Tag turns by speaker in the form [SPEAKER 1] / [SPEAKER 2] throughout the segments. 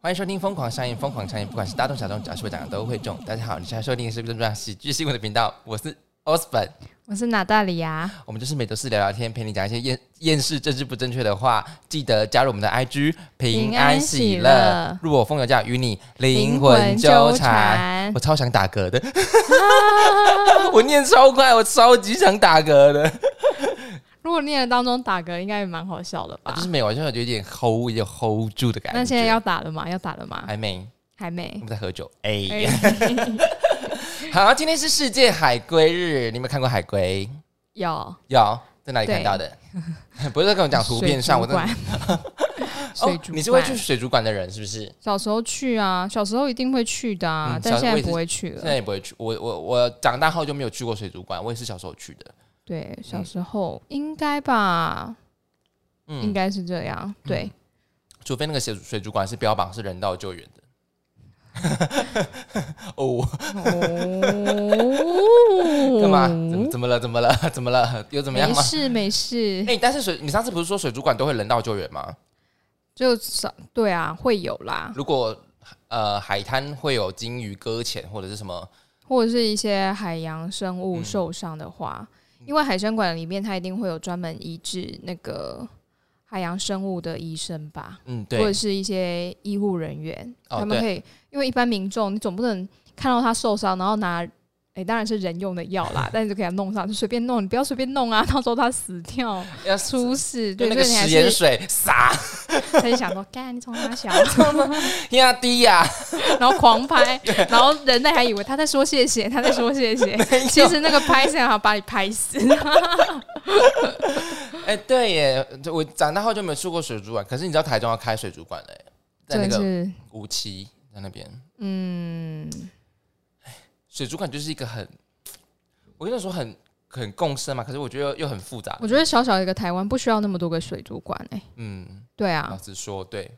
[SPEAKER 1] 欢迎收听《疯狂上映》，疯狂上映，不管是大众小众，只要是会讲的都会中。大家好，你现在收听的是不是中央喜剧新闻的频道？我是 Osborn，
[SPEAKER 2] 我是娜大里呀，
[SPEAKER 1] 我们就是每周四聊聊天，陪你讲一些厌厌世、政治不正确的话。记得加入我们的 IG，平
[SPEAKER 2] 平
[SPEAKER 1] 安
[SPEAKER 2] 安
[SPEAKER 1] 喜
[SPEAKER 2] 喜
[SPEAKER 1] 乐
[SPEAKER 2] 乐，
[SPEAKER 1] 入我风流家，与你灵魂纠缠。我超想打嗝的， 我念超快，我超级想打嗝的，
[SPEAKER 2] 如果念的当中打嗝，应该也蛮好笑的吧
[SPEAKER 1] 啊就？是每晚上有一点 hold 有 hold 住的感觉。
[SPEAKER 2] 啊那现在要打了吗？要打了吗？
[SPEAKER 1] 还没，
[SPEAKER 2] 还
[SPEAKER 1] 我
[SPEAKER 2] 没
[SPEAKER 1] 们。在喝酒。哎、
[SPEAKER 2] 哎
[SPEAKER 1] 好，今天是世界海龟日，你有没有看过海龟？
[SPEAKER 2] 有
[SPEAKER 1] 有，在哪里
[SPEAKER 2] 对
[SPEAKER 1] 看到的？ 不是在跟我讲图片上，我
[SPEAKER 2] 水
[SPEAKER 1] 真
[SPEAKER 2] 族
[SPEAKER 1] 的
[SPEAKER 2] 馆 水
[SPEAKER 1] 哦
[SPEAKER 2] 族，馆
[SPEAKER 1] 你是会去水族馆的人是不是？
[SPEAKER 2] 小时候去啊，小时候一定会去的啊
[SPEAKER 1] 嗯，
[SPEAKER 2] 但
[SPEAKER 1] 小
[SPEAKER 2] 现
[SPEAKER 1] 我
[SPEAKER 2] 在
[SPEAKER 1] 也是
[SPEAKER 2] 不会去
[SPEAKER 1] 现在
[SPEAKER 2] 了。
[SPEAKER 1] 也不会去，我我我长大后就没有去过水族馆，我也是小时候去的。
[SPEAKER 2] 对，小时候应该吧，应
[SPEAKER 1] 嗯，
[SPEAKER 2] 该是这样。对，
[SPEAKER 1] 除非那个水水族馆是标榜是人道救援的。 哦，
[SPEAKER 2] 哦，
[SPEAKER 1] 干嘛？怎么怎么了？怎么了？怎么了？又怎么样
[SPEAKER 2] 没
[SPEAKER 1] 吗？
[SPEAKER 2] 事没事
[SPEAKER 1] 哎、，但是水，你上次不是说水族馆都会人道救援吗？
[SPEAKER 2] 就少对啊，会有啦，
[SPEAKER 1] 如果呃海滩会有鲸鱼搁浅或者是什么，
[SPEAKER 2] 或者是一些海洋生物
[SPEAKER 1] 嗯
[SPEAKER 2] 受伤的话，因为海参馆里面它一定会有专门医治那个海洋生物的医生吧，
[SPEAKER 1] 嗯，
[SPEAKER 2] 或者
[SPEAKER 1] 对，
[SPEAKER 2] 是一些医护人员，
[SPEAKER 1] 哦
[SPEAKER 2] 他们
[SPEAKER 1] 对
[SPEAKER 2] 可以，因为一般民众你总不能看到他受伤，然后拿。哎，当然是人用的药 啦，但是就给他弄上，就随便弄，你不要随便弄啊，到时候他死 掉
[SPEAKER 1] 要
[SPEAKER 2] 出事，
[SPEAKER 1] 就
[SPEAKER 2] 对，
[SPEAKER 1] 那个
[SPEAKER 2] 所以你还
[SPEAKER 1] 食盐
[SPEAKER 2] 是
[SPEAKER 1] 水撒
[SPEAKER 2] 很想说，干你从哪小，
[SPEAKER 1] 压低呀，啊
[SPEAKER 2] 然后狂拍，然后人类还以为他在说谢谢，他在说谢谢， 其实那个拍是要把你拍死。
[SPEAKER 1] 哎、对耶，就我长大后就没有去过水族馆，可是你知道台中要开水族馆嘞、在那
[SPEAKER 2] 真的
[SPEAKER 1] 个
[SPEAKER 2] 是，
[SPEAKER 1] 五期在那边，
[SPEAKER 2] 嗯，
[SPEAKER 1] 水族馆就是一个很，我跟你说很很共生嘛，可是我觉得又又很复杂
[SPEAKER 2] 我，觉得小小一个台湾不需要那么多个水族馆哎、
[SPEAKER 1] 嗯，
[SPEAKER 2] 对
[SPEAKER 1] 老
[SPEAKER 2] 啊，
[SPEAKER 1] 实说，对。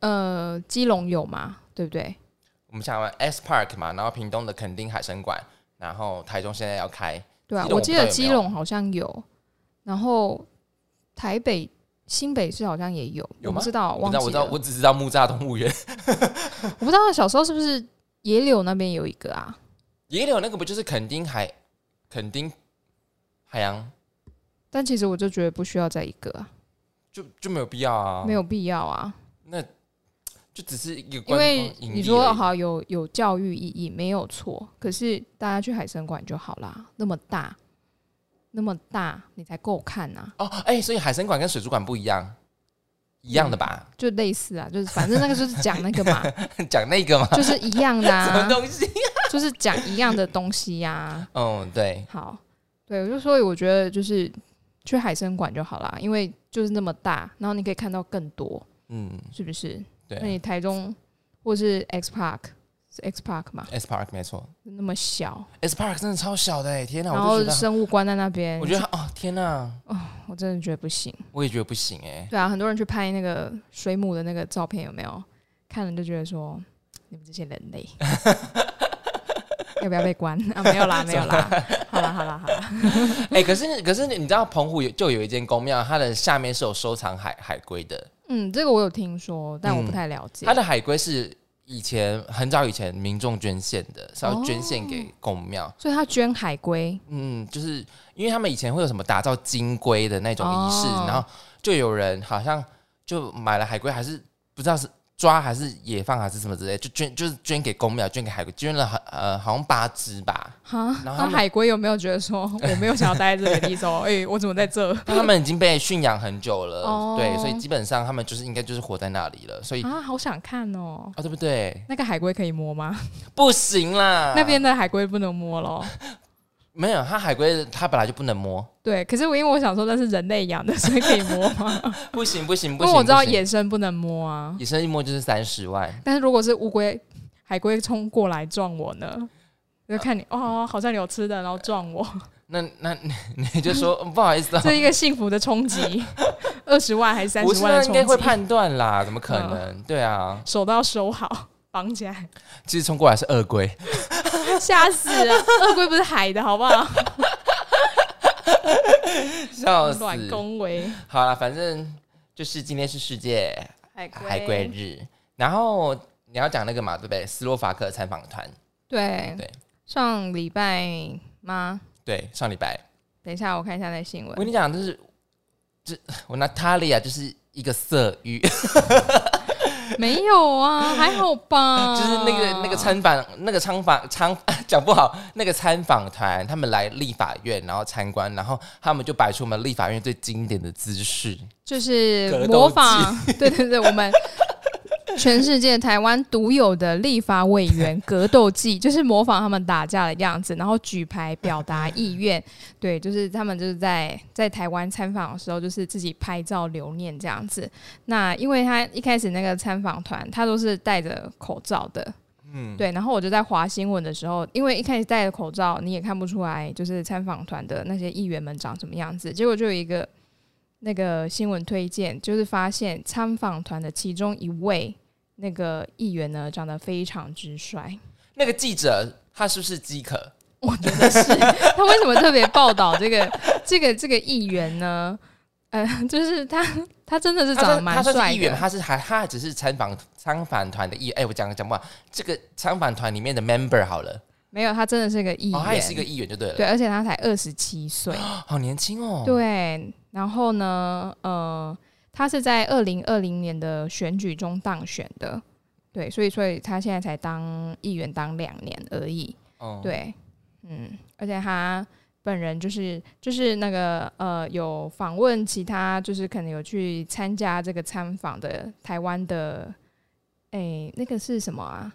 [SPEAKER 2] 呃，基隆有嘛，对不对？
[SPEAKER 1] 我们想玩 S Park 嘛，然后屏东的垦丁海参馆，然后台中现在要开，
[SPEAKER 2] 对啊
[SPEAKER 1] 基，隆
[SPEAKER 2] 我
[SPEAKER 1] 我不
[SPEAKER 2] 记
[SPEAKER 1] 知道有
[SPEAKER 2] 得
[SPEAKER 1] 没有
[SPEAKER 2] 基隆好像有，然后台北、新北市好像也有，
[SPEAKER 1] 有
[SPEAKER 2] 我
[SPEAKER 1] 吗
[SPEAKER 2] 不知道，
[SPEAKER 1] 我
[SPEAKER 2] 哦忘
[SPEAKER 1] 知
[SPEAKER 2] 记
[SPEAKER 1] 道，我知
[SPEAKER 2] 了，
[SPEAKER 1] 道，我只知道木栅动物园，
[SPEAKER 2] 我不知道小时候是不是野柳那边有一个啊？
[SPEAKER 1] 野柳那个不就是垦丁海垦丁海洋
[SPEAKER 2] 但其实我就觉得不需要再一个、啊，
[SPEAKER 1] 就就没有必要啊，
[SPEAKER 2] 没有必要啊。
[SPEAKER 1] 那就只是一个
[SPEAKER 2] 因
[SPEAKER 1] 观
[SPEAKER 2] 为
[SPEAKER 1] 光盈
[SPEAKER 2] 你
[SPEAKER 1] 利
[SPEAKER 2] 说
[SPEAKER 1] 而已
[SPEAKER 2] 好有有教育意义没有错，可是大家去海参馆就好啦，那么大，那么大你才够看啊
[SPEAKER 1] 哦，
[SPEAKER 2] 呐、
[SPEAKER 1] 哎、所以海参馆跟水族馆不一样，一样的吧？
[SPEAKER 2] 就类似啊，就是反正那个就是讲那个 嘛，
[SPEAKER 1] 讲那个吗？
[SPEAKER 2] 就是一样的、
[SPEAKER 1] 什么
[SPEAKER 2] 嗯啊，
[SPEAKER 1] 东西？
[SPEAKER 2] 就是讲一样的东西呀、
[SPEAKER 1] 嗯，对，
[SPEAKER 2] 好，对，我就所以我觉得就是去海参馆就好啦，因为就是那么大，然后你可以看到更多，
[SPEAKER 1] 嗯，
[SPEAKER 2] 是不是？那
[SPEAKER 1] 对
[SPEAKER 2] 你台中或是 X Park 是 X Park 嘛，
[SPEAKER 1] ，S Park 没错
[SPEAKER 2] 那么小，
[SPEAKER 1] ，S Park 真的超小的、哎，天哪，
[SPEAKER 2] 然
[SPEAKER 1] 我
[SPEAKER 2] 后
[SPEAKER 1] 就觉得。
[SPEAKER 2] 生物关在那边，
[SPEAKER 1] 我觉得哦，天哪！
[SPEAKER 2] 我真的觉得不行。
[SPEAKER 1] 我也觉得不行哎、
[SPEAKER 2] 对啊，很多人去拍那个水母的那个照片，有没有？看了就觉得说，你们这些人 类要不要被关啊？没有啦，没有 啦，好啦，好啦，好啦。
[SPEAKER 1] 哎、可是可是你知道澎湖有就有一间公庙，它的下面是有收藏海海龟的，
[SPEAKER 2] 嗯，这个我有听说，但我不太了
[SPEAKER 1] 嗯
[SPEAKER 2] 解。
[SPEAKER 1] 它的海龟是以前很早以前民众捐献的，是
[SPEAKER 2] 哦
[SPEAKER 1] 要捐献给公庙。
[SPEAKER 2] 所以他捐海龟，
[SPEAKER 1] 嗯，就是因为他们以前会有什么打造金龟的那种仪式，
[SPEAKER 2] 哦
[SPEAKER 1] 然后就有人好像就买了海龟，还是不知道是抓还是野放还是什么之类，就捐就是捐给公庙，捐给海龟，捐了好呃好像八只吧。
[SPEAKER 2] 哈，
[SPEAKER 1] 然后
[SPEAKER 2] 那、
[SPEAKER 1] 他们
[SPEAKER 2] 海龟有没有觉得说，我没有想要待在这里的意思哦？ 哎、我怎么在这？
[SPEAKER 1] 但他们已经被驯养很久了，
[SPEAKER 2] 哦
[SPEAKER 1] 对，所以基本上他们就是应该就是活在那里了，所以啊、
[SPEAKER 2] 啊，好想看哦。
[SPEAKER 1] 对不对？
[SPEAKER 2] 那个海龟可以摸吗？
[SPEAKER 1] 不行啦，
[SPEAKER 2] 那边的海龟不能摸咯。
[SPEAKER 1] 没有，它海龟它本来就不能摸，
[SPEAKER 2] 对，可是我因为我想说那是人类养的，所以可以摸吗？
[SPEAKER 1] 不行 不行
[SPEAKER 2] 因
[SPEAKER 1] 不
[SPEAKER 2] 为
[SPEAKER 1] 行，
[SPEAKER 2] 我知道
[SPEAKER 1] 不行
[SPEAKER 2] 野生不能摸啊。
[SPEAKER 1] 野生一摸就是三十万，
[SPEAKER 2] 但是如果是乌龟、海龟冲过来撞我呢？就看你哦，好像有吃的，然后撞 我，
[SPEAKER 1] 那那你就说、嗯不好意思、哦，
[SPEAKER 2] 这是一个幸福的冲击，二十万还是三
[SPEAKER 1] 不
[SPEAKER 2] 十
[SPEAKER 1] 是
[SPEAKER 2] 万的
[SPEAKER 1] 那应该
[SPEAKER 2] 冲
[SPEAKER 1] 会
[SPEAKER 2] 击，嗯
[SPEAKER 1] 判断啦，怎么可能？对啊，
[SPEAKER 2] 手都要收好， 绑 起来，
[SPEAKER 1] 其实冲过来是鳄龟，
[SPEAKER 2] 吓死了！鳄龟不是海的好不好？
[SPEAKER 1] 笑死。
[SPEAKER 2] 乱恭维
[SPEAKER 1] 好啦，反正就是今天是世界
[SPEAKER 2] 海
[SPEAKER 1] 海龟日，然后你要讲那个嘛，对不对？斯洛伐克参访团，
[SPEAKER 2] 对
[SPEAKER 1] 对，
[SPEAKER 2] 上礼拜吗？
[SPEAKER 1] 对，上礼拜
[SPEAKER 2] 等一下，我看一下那新
[SPEAKER 1] 我跟
[SPEAKER 2] 闻。
[SPEAKER 1] 你讲，就是这我娜塔莉亚就是一个色鱼，
[SPEAKER 2] 没有啊，还好吧。
[SPEAKER 1] 就是那
[SPEAKER 2] 哦
[SPEAKER 1] 个那个参访那个参访参 讲不好，那个参访团他们来立法院，然后参观，然后他们就摆出我们立法院最经典的姿势，
[SPEAKER 2] 就是
[SPEAKER 1] 格斗
[SPEAKER 2] 模仿， 对对对，我们全世界台湾独有的立法委员格斗技，就是模仿他们打架的样子，然后举牌表达意愿。对，就是他们就是在在台湾参访的时候，就是自己拍照留念这样子。那因为他一开始那个参访团，他都是戴着口罩的。嗯，对，然后我就在划新闻的时候，因为一开始戴着口罩，你也看不出来，就是参访团的那些议员们长什么样子。结果就有一个那个新闻推荐，就是发现参访团的其中一位那个议员呢，长得非常 之帅。
[SPEAKER 1] 那个记者他是不是饥渴？
[SPEAKER 2] 我觉得是他为什么特别报道这个 这个这个议员呢？呃， 就是他他真的是
[SPEAKER 1] 他
[SPEAKER 2] 长得
[SPEAKER 1] 算
[SPEAKER 2] 蛮
[SPEAKER 1] 他算
[SPEAKER 2] 帅
[SPEAKER 1] 是议员，
[SPEAKER 2] 的。
[SPEAKER 1] 他是还他只是参访参访团的议员。哎、我讲讲不好，这个参访团里面的 member 好了，
[SPEAKER 2] 没有，他真的是个议员，
[SPEAKER 1] 哦，他也是一个议员就对了，
[SPEAKER 2] 对，而且他才二十七岁。
[SPEAKER 1] 好年轻哦。，
[SPEAKER 2] 对，然后呢，呃，他是在二零二零年的选举中当选的，对，所以所以他现在才当议员当两年而已，
[SPEAKER 1] 哦，
[SPEAKER 2] 对，嗯，而且他本人就是就是那个呃，有访问其他就是可能有去参加这个参访的台湾的，诶，那个是什么啊？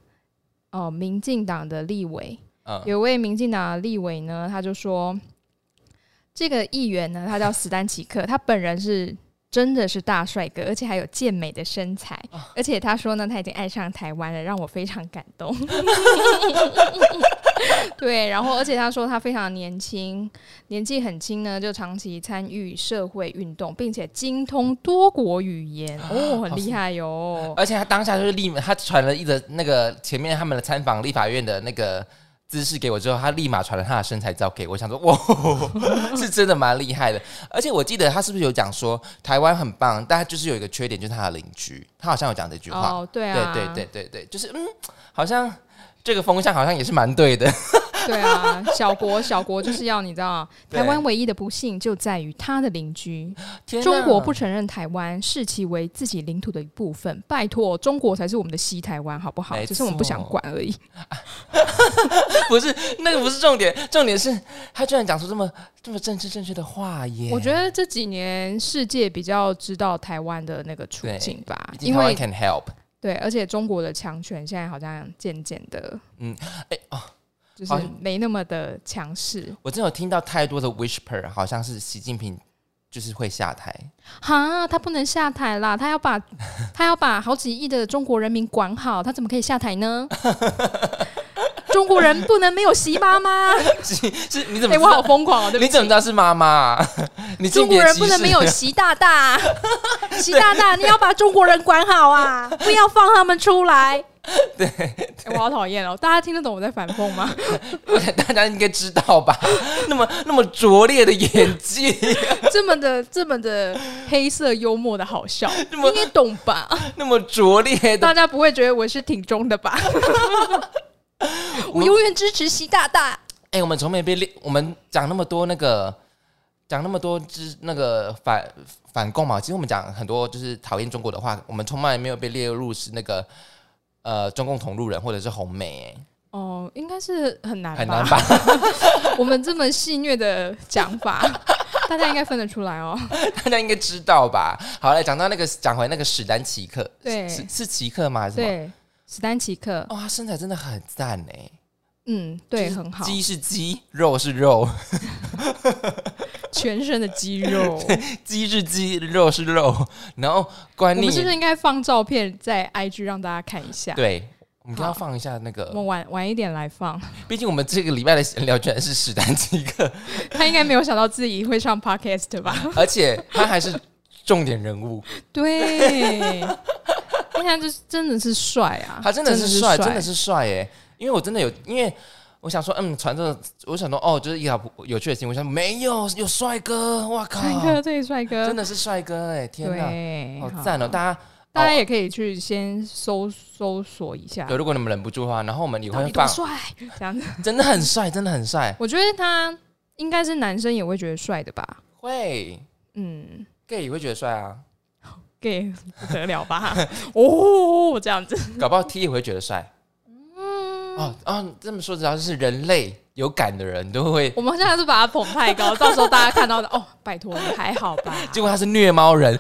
[SPEAKER 2] 哦，民进党的立委，
[SPEAKER 1] 嗯，
[SPEAKER 2] 有位民进党的立委呢，他就说，这个议员呢，他叫史丹奇克，他本人是真的是大帅哥，而且还有健美的身材，
[SPEAKER 1] 啊
[SPEAKER 2] 而且他说呢，他已经爱上台湾了，让我非常感动。 对，然后而且他说他非常年轻，年纪很轻呢，就长期参与社会运动，并且精通多国语言，
[SPEAKER 1] 啊
[SPEAKER 2] 哦，很厉害哟、
[SPEAKER 1] 而且他当下就是立马，他传了一则那个前面他们的参访立法院的那个姿势给我之后，他立马传了他的身材照给我，想说哇， 是真的蛮厉害的。而且我记得他是不是有讲说台湾很棒，但他就是有一个缺点，就是他的邻居，他好像有讲这句话。
[SPEAKER 2] 哦，对啊，
[SPEAKER 1] 对对对对对，就是嗯，好像这个风向好像也是蛮对 的。
[SPEAKER 2] 对啊，小国小国就是要你知道，
[SPEAKER 1] 对
[SPEAKER 2] 台湾唯一的不幸就在于它的邻居。
[SPEAKER 1] 天哪
[SPEAKER 2] 中国不承认台湾，视其为自己领土的一部分。拜托，中国才是我们的西台湾，好不好
[SPEAKER 1] 没？错
[SPEAKER 2] 只是我们不想管而已。
[SPEAKER 1] 不是那个不是重点，重点是他居然讲出这么这么政治正确的话耶！
[SPEAKER 2] 我觉得这几年世界比较知道台湾的那个处境吧
[SPEAKER 1] 毕，竟
[SPEAKER 2] 因
[SPEAKER 1] 台湾
[SPEAKER 2] 为
[SPEAKER 1] can help，
[SPEAKER 2] 对，而且中国的强权现在好像渐渐的，
[SPEAKER 1] 嗯，哎哦，
[SPEAKER 2] 就是
[SPEAKER 1] 好像
[SPEAKER 2] 没那么的强势。
[SPEAKER 1] 我真的有听到太多的 whisper，好像是习近平就是会下台，
[SPEAKER 2] 哈，他不能下台啦，他要把他要把好几亿的中国人民管好，他怎么可以下台呢？ 中国人不能没有习妈妈，哎、
[SPEAKER 1] 是是你 怎么知
[SPEAKER 2] 我
[SPEAKER 1] 道？
[SPEAKER 2] 好疯狂哦，对不
[SPEAKER 1] 你
[SPEAKER 2] 起
[SPEAKER 1] 怎么知道是妈妈 啊？你性
[SPEAKER 2] 中
[SPEAKER 1] 别
[SPEAKER 2] 国人
[SPEAKER 1] 歧
[SPEAKER 2] 不能
[SPEAKER 1] 视
[SPEAKER 2] 没有习大大，习大大，你要把中国人管好啊，不要放他们 出来。对，我好讨厌哦！大家听得懂我在反讽吗？
[SPEAKER 1] 我想 大家应该知道吧？那么那么拙劣的演技，
[SPEAKER 2] 这么的、这么的黑色幽默的好笑，
[SPEAKER 1] 这么
[SPEAKER 2] 应该懂吧？
[SPEAKER 1] 那么拙劣的
[SPEAKER 2] 大家不会觉得我是挺中的吧？ 我永远支持习大大。
[SPEAKER 1] 哎、我们从没被列，我们讲那么多那个，讲那么多之那个反反共嘛。其实我们讲很多就是讨厌中国的话，我们从来没有被列入是那个呃中共同路人或者是红媒、
[SPEAKER 2] 哦，应该是很难
[SPEAKER 1] 哎，
[SPEAKER 2] 吧？
[SPEAKER 1] 很难吧？
[SPEAKER 2] 我们这么戏谑的讲 法，大家应该分得出来哦。
[SPEAKER 1] 大家应该知道吧？好来讲到那个，讲回那个史丹奇克，
[SPEAKER 2] 对
[SPEAKER 1] 是是奇克吗？还是什么？
[SPEAKER 2] 对，史丹奇克，
[SPEAKER 1] 哦，他身材真的很赞哎，
[SPEAKER 2] 嗯，对，很好，
[SPEAKER 1] 鸡是鸡，肉是肉，
[SPEAKER 2] 全身的肌肉。
[SPEAKER 1] 鸡是鸡，肉是肉，然后
[SPEAKER 2] 我
[SPEAKER 1] 观
[SPEAKER 2] 们
[SPEAKER 1] 念
[SPEAKER 2] 是不是应该放照片在 IG 让大家看一下？
[SPEAKER 1] 对，我们刚刚
[SPEAKER 2] 好
[SPEAKER 1] 放一下那个
[SPEAKER 2] 我，们晚晚一点来放。
[SPEAKER 1] 毕竟我们这个礼拜的闲聊居然是史丹奇克。
[SPEAKER 2] 他应该没有想到自己会上 Podcast 吧？
[SPEAKER 1] 而且他还是重点人物，
[SPEAKER 2] 对，你看，就是真的是帅啊！
[SPEAKER 1] 他真的是帅，真的
[SPEAKER 2] 是
[SPEAKER 1] 是帅耶！因为我真的有，因为我想说，嗯，传这，我想说，哦，就是一条有趣的新闻，我想没有有帅哥，哇靠
[SPEAKER 2] 帅，哥，对帅哥，
[SPEAKER 1] 哦
[SPEAKER 2] 欸
[SPEAKER 1] 真的是帅哥哎，天哪，
[SPEAKER 2] 对，
[SPEAKER 1] 好赞哦！大家
[SPEAKER 2] 大家也可以去先搜搜索一下
[SPEAKER 1] 对，，如果你们忍不住的话，然后我们也
[SPEAKER 2] 到
[SPEAKER 1] 会
[SPEAKER 2] 底多
[SPEAKER 1] 放，
[SPEAKER 2] 帅这样子。
[SPEAKER 1] 真的很帅，真的很帅，
[SPEAKER 2] 我觉得他应该是男生也会觉得帅的吧？
[SPEAKER 1] 会
[SPEAKER 2] 嗯
[SPEAKER 1] gay 也会觉得帅啊，
[SPEAKER 2] ，gay 不得了 吧？哦，这样子，
[SPEAKER 1] 搞不好 T 也会觉得帅。
[SPEAKER 2] 嗯
[SPEAKER 1] 哦哦，这么说只要是人类有感的人，你都会。
[SPEAKER 2] 我们现在是把他捧太高，到时候大家看到的哦，拜托你还好吧？
[SPEAKER 1] 结果他是虐猫人，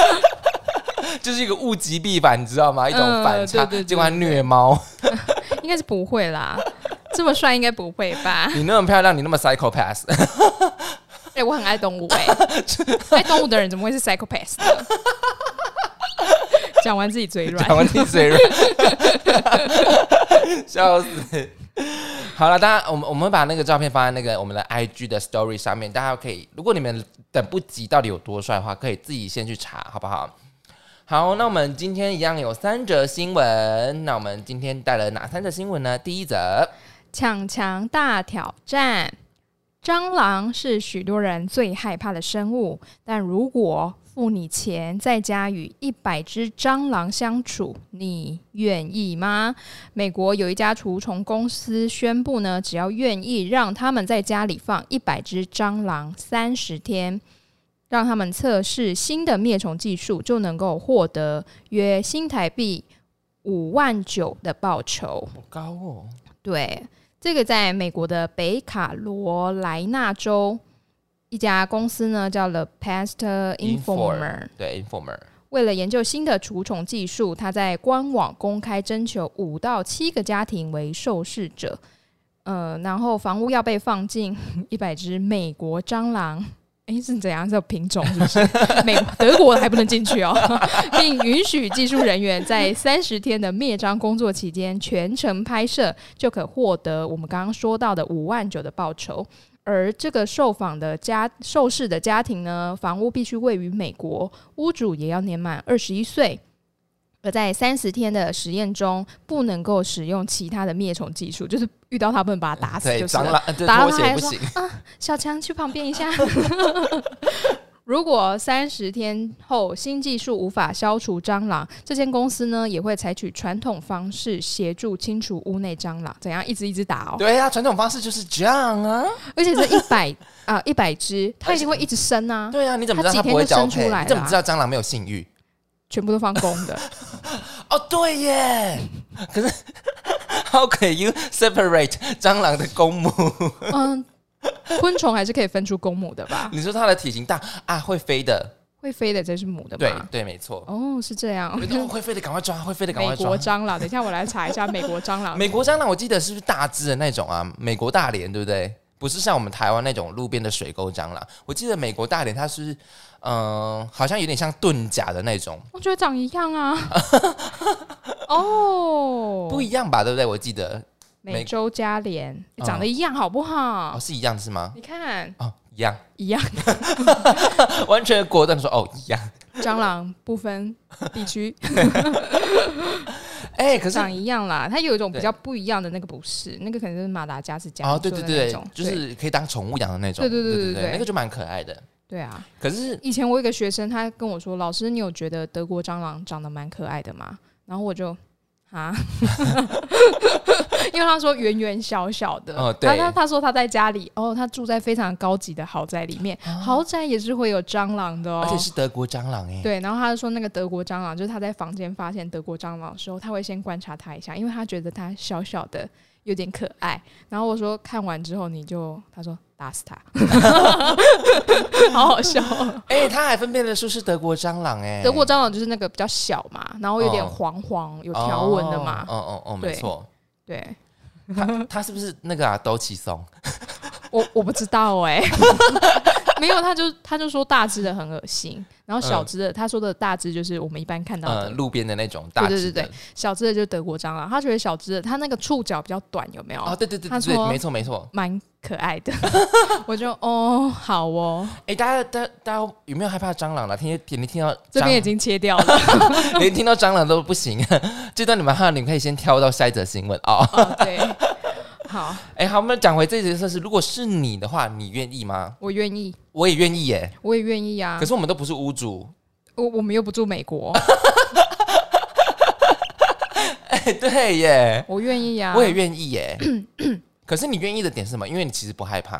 [SPEAKER 1] 就是一个物极必反，你知道吗？一种
[SPEAKER 2] 嗯
[SPEAKER 1] 反差。
[SPEAKER 2] 对对对
[SPEAKER 1] 结果他虐猫，
[SPEAKER 2] 应该是不会啦，这么帅应该不会吧？
[SPEAKER 1] 你那么漂亮，你那么 psychopath，
[SPEAKER 2] 哎、我很爱动物 哎、爱动物的人怎么会是 psychopath 呢？讲完自己嘴软
[SPEAKER 1] 讲，完你嘴软， 笑死。好了，大家，我们我们把那个照片放在那个我们的 IG 的 Story 上面，大家可以，如果你们等不及到底有多帅的话，可以自己先去查，好不好？好，那我们今天一样有三则新闻，那我们今天带了哪三则新闻呢？第一则，
[SPEAKER 2] 抢强大挑战。蟑螂是许多人最害怕的生物，但如果付你钱在家与一百只蟑螂相处，你愿意吗？美国有一家除虫公司宣布呢，只要愿意让他们在家里放一百只蟑螂三十天，让他们测试新的灭虫技术，就能够获得约新台币五万九的报酬。
[SPEAKER 1] 好高哦，
[SPEAKER 2] 对，这个在美国的北卡罗来纳州一家公司呢，叫 The Pest Informer。
[SPEAKER 1] 对，Informer，
[SPEAKER 2] 为了研究新的除虫技术，它在官网公开征求五到七个家庭为受试者。呃，然后房屋要被放进一百只美国蟑螂。诶，是怎样？是有品种是不 是？美国、德国还不能进去哦， 并允许技术人员在三十天的灭蟑工作期间全程拍摄，就可获得我们刚刚说到的五万九的报酬。而这个受访的家受试的家庭呢，房屋必须位于美国，屋主也要年满二十一岁。而在三十天的实验中，不能够使用其他的灭虫技术，就是遇到他不能把它打死
[SPEAKER 1] 对，
[SPEAKER 2] 啊就是
[SPEAKER 1] 蟑
[SPEAKER 2] 了。
[SPEAKER 1] 螂，呃对，
[SPEAKER 2] 打到
[SPEAKER 1] 拖
[SPEAKER 2] 他
[SPEAKER 1] 鞋
[SPEAKER 2] 还
[SPEAKER 1] 不
[SPEAKER 2] 说
[SPEAKER 1] 行，
[SPEAKER 2] 小强去旁边一下。 如果三十天后新技术无法消除蟑螂，这间公司呢也会采取传统方式协助清除屋内蟑螂。怎样？一只一只打哦，
[SPEAKER 1] 对啊，传统方式就是这样啊，
[SPEAKER 2] 而且这一百啊一百只，它一定会一直生啊，
[SPEAKER 1] 对啊，你怎么知
[SPEAKER 2] 它
[SPEAKER 1] 道它
[SPEAKER 2] 几天
[SPEAKER 1] 不会
[SPEAKER 2] 就
[SPEAKER 1] 交
[SPEAKER 2] 生出
[SPEAKER 1] 配？
[SPEAKER 2] 来
[SPEAKER 1] 你怎
[SPEAKER 2] 了
[SPEAKER 1] 么
[SPEAKER 2] 啊
[SPEAKER 1] 知道蟑螂没有性欲？
[SPEAKER 2] 全部都放公 的。
[SPEAKER 1] 哦，对耶，可是 how can you separate 蟑螂的公母？
[SPEAKER 2] 嗯，昆虫还是可以分出公母的吧？
[SPEAKER 1] 你说它的体型大啊，会飞的，
[SPEAKER 2] 会飞的才是母的
[SPEAKER 1] 对
[SPEAKER 2] 吧？
[SPEAKER 1] 对，没错。
[SPEAKER 2] 哦，是这样。
[SPEAKER 1] 哦会飞的赶快抓，会飞的赶快
[SPEAKER 2] 美
[SPEAKER 1] 抓
[SPEAKER 2] 国。蟑螂，等一下我来查一下美国蟑 螂。
[SPEAKER 1] 美国蟑螂我记得是不是大只的那种啊？美国大蠊对不对？不是像我们台湾那种路边的水沟蟑螂。我记得美国大蠊它是，嗯、好像有点像盾甲的那种，
[SPEAKER 2] 我觉得长一样 啊。哦，
[SPEAKER 1] 不一样吧？对不对？我记得
[SPEAKER 2] 美洲加莲长得一样，好不好
[SPEAKER 1] 啊哦，？是一样是吗？
[SPEAKER 2] 你看
[SPEAKER 1] 哦，一样，
[SPEAKER 2] 一样，
[SPEAKER 1] 完全果断地说哦，一样。
[SPEAKER 2] 蟑螂不分地 区，
[SPEAKER 1] 哎、可是
[SPEAKER 2] 长一样啦。它有一种比较不一样的那个不是，那个可能是马达加斯加
[SPEAKER 1] 哦，对对
[SPEAKER 2] 你说的那
[SPEAKER 1] 对
[SPEAKER 2] 种，
[SPEAKER 1] 就是可以当宠物养的那种。
[SPEAKER 2] 对对对对对
[SPEAKER 1] 那个就蛮可爱的。
[SPEAKER 2] 对啊。
[SPEAKER 1] 可是
[SPEAKER 2] 以前我有一个学生，他跟我说：“老师，你有觉得德国蟑螂长得蛮可爱的吗？”然后我就啊， 因为他说圆圆小小的，
[SPEAKER 1] 哦对
[SPEAKER 2] 他他他说他在家里，哦，他住在非常高级的豪宅里面，豪宅也是会有蟑螂的哦，
[SPEAKER 1] 哦而且是德国蟑螂哎、
[SPEAKER 2] 对，然后他就说那个德国蟑螂，就是他在房间发现德国蟑螂的时候，他会先观察它一下，因为他觉得它小小的有点可爱。然后我说看完之后你就，他说打死 它，好好笑哦。
[SPEAKER 1] 哎、它还分辨得出是德国蟑螂哎、
[SPEAKER 2] 德国蟑螂就是那个比较小嘛，然后有点
[SPEAKER 1] 哦
[SPEAKER 2] 黄黄、有条纹的嘛，
[SPEAKER 1] 哦哦哦，
[SPEAKER 2] 对嗯
[SPEAKER 1] 没错。
[SPEAKER 2] 对。
[SPEAKER 1] 它它是不是那个啊？斗气松？
[SPEAKER 2] 我我不知道哎、 没有，他就他就说大只的很恶心，然后小
[SPEAKER 1] 嗯
[SPEAKER 2] 只的、他说的大只就是我们一般看到的
[SPEAKER 1] 呃，路边的那种大只的。
[SPEAKER 2] 对对对小只的就是德国蟑螂，他觉得小只的它那个触角比较短，有没有？
[SPEAKER 1] 哦，对对对
[SPEAKER 2] 他
[SPEAKER 1] 对
[SPEAKER 2] 说
[SPEAKER 1] 对，没错没错。
[SPEAKER 2] 蛮可爱的， 我就哦好哦，
[SPEAKER 1] 哎、大家大家大家有没有害怕蟑螂了？听听你听到
[SPEAKER 2] 这边已
[SPEAKER 1] 蟑，
[SPEAKER 2] 经切掉了。
[SPEAKER 1] 连听到蟑螂都不行。 这段你们哈，你们可以先挑到下一则新闻哦。
[SPEAKER 2] 哦、对，好，
[SPEAKER 1] 哎、好，我们讲回这节测试。如果是你的话，你愿意吗？
[SPEAKER 2] 我愿意，
[SPEAKER 1] 我也愿意耶、
[SPEAKER 2] 我也愿意啊
[SPEAKER 1] 可。是我们都不是屋主，
[SPEAKER 2] 我我们又不住美 国，
[SPEAKER 1] 哎， 对耶，
[SPEAKER 2] 我愿意啊呀、
[SPEAKER 1] 我也愿意 耶。可是你愿意的点是什么？因为你其实不害怕。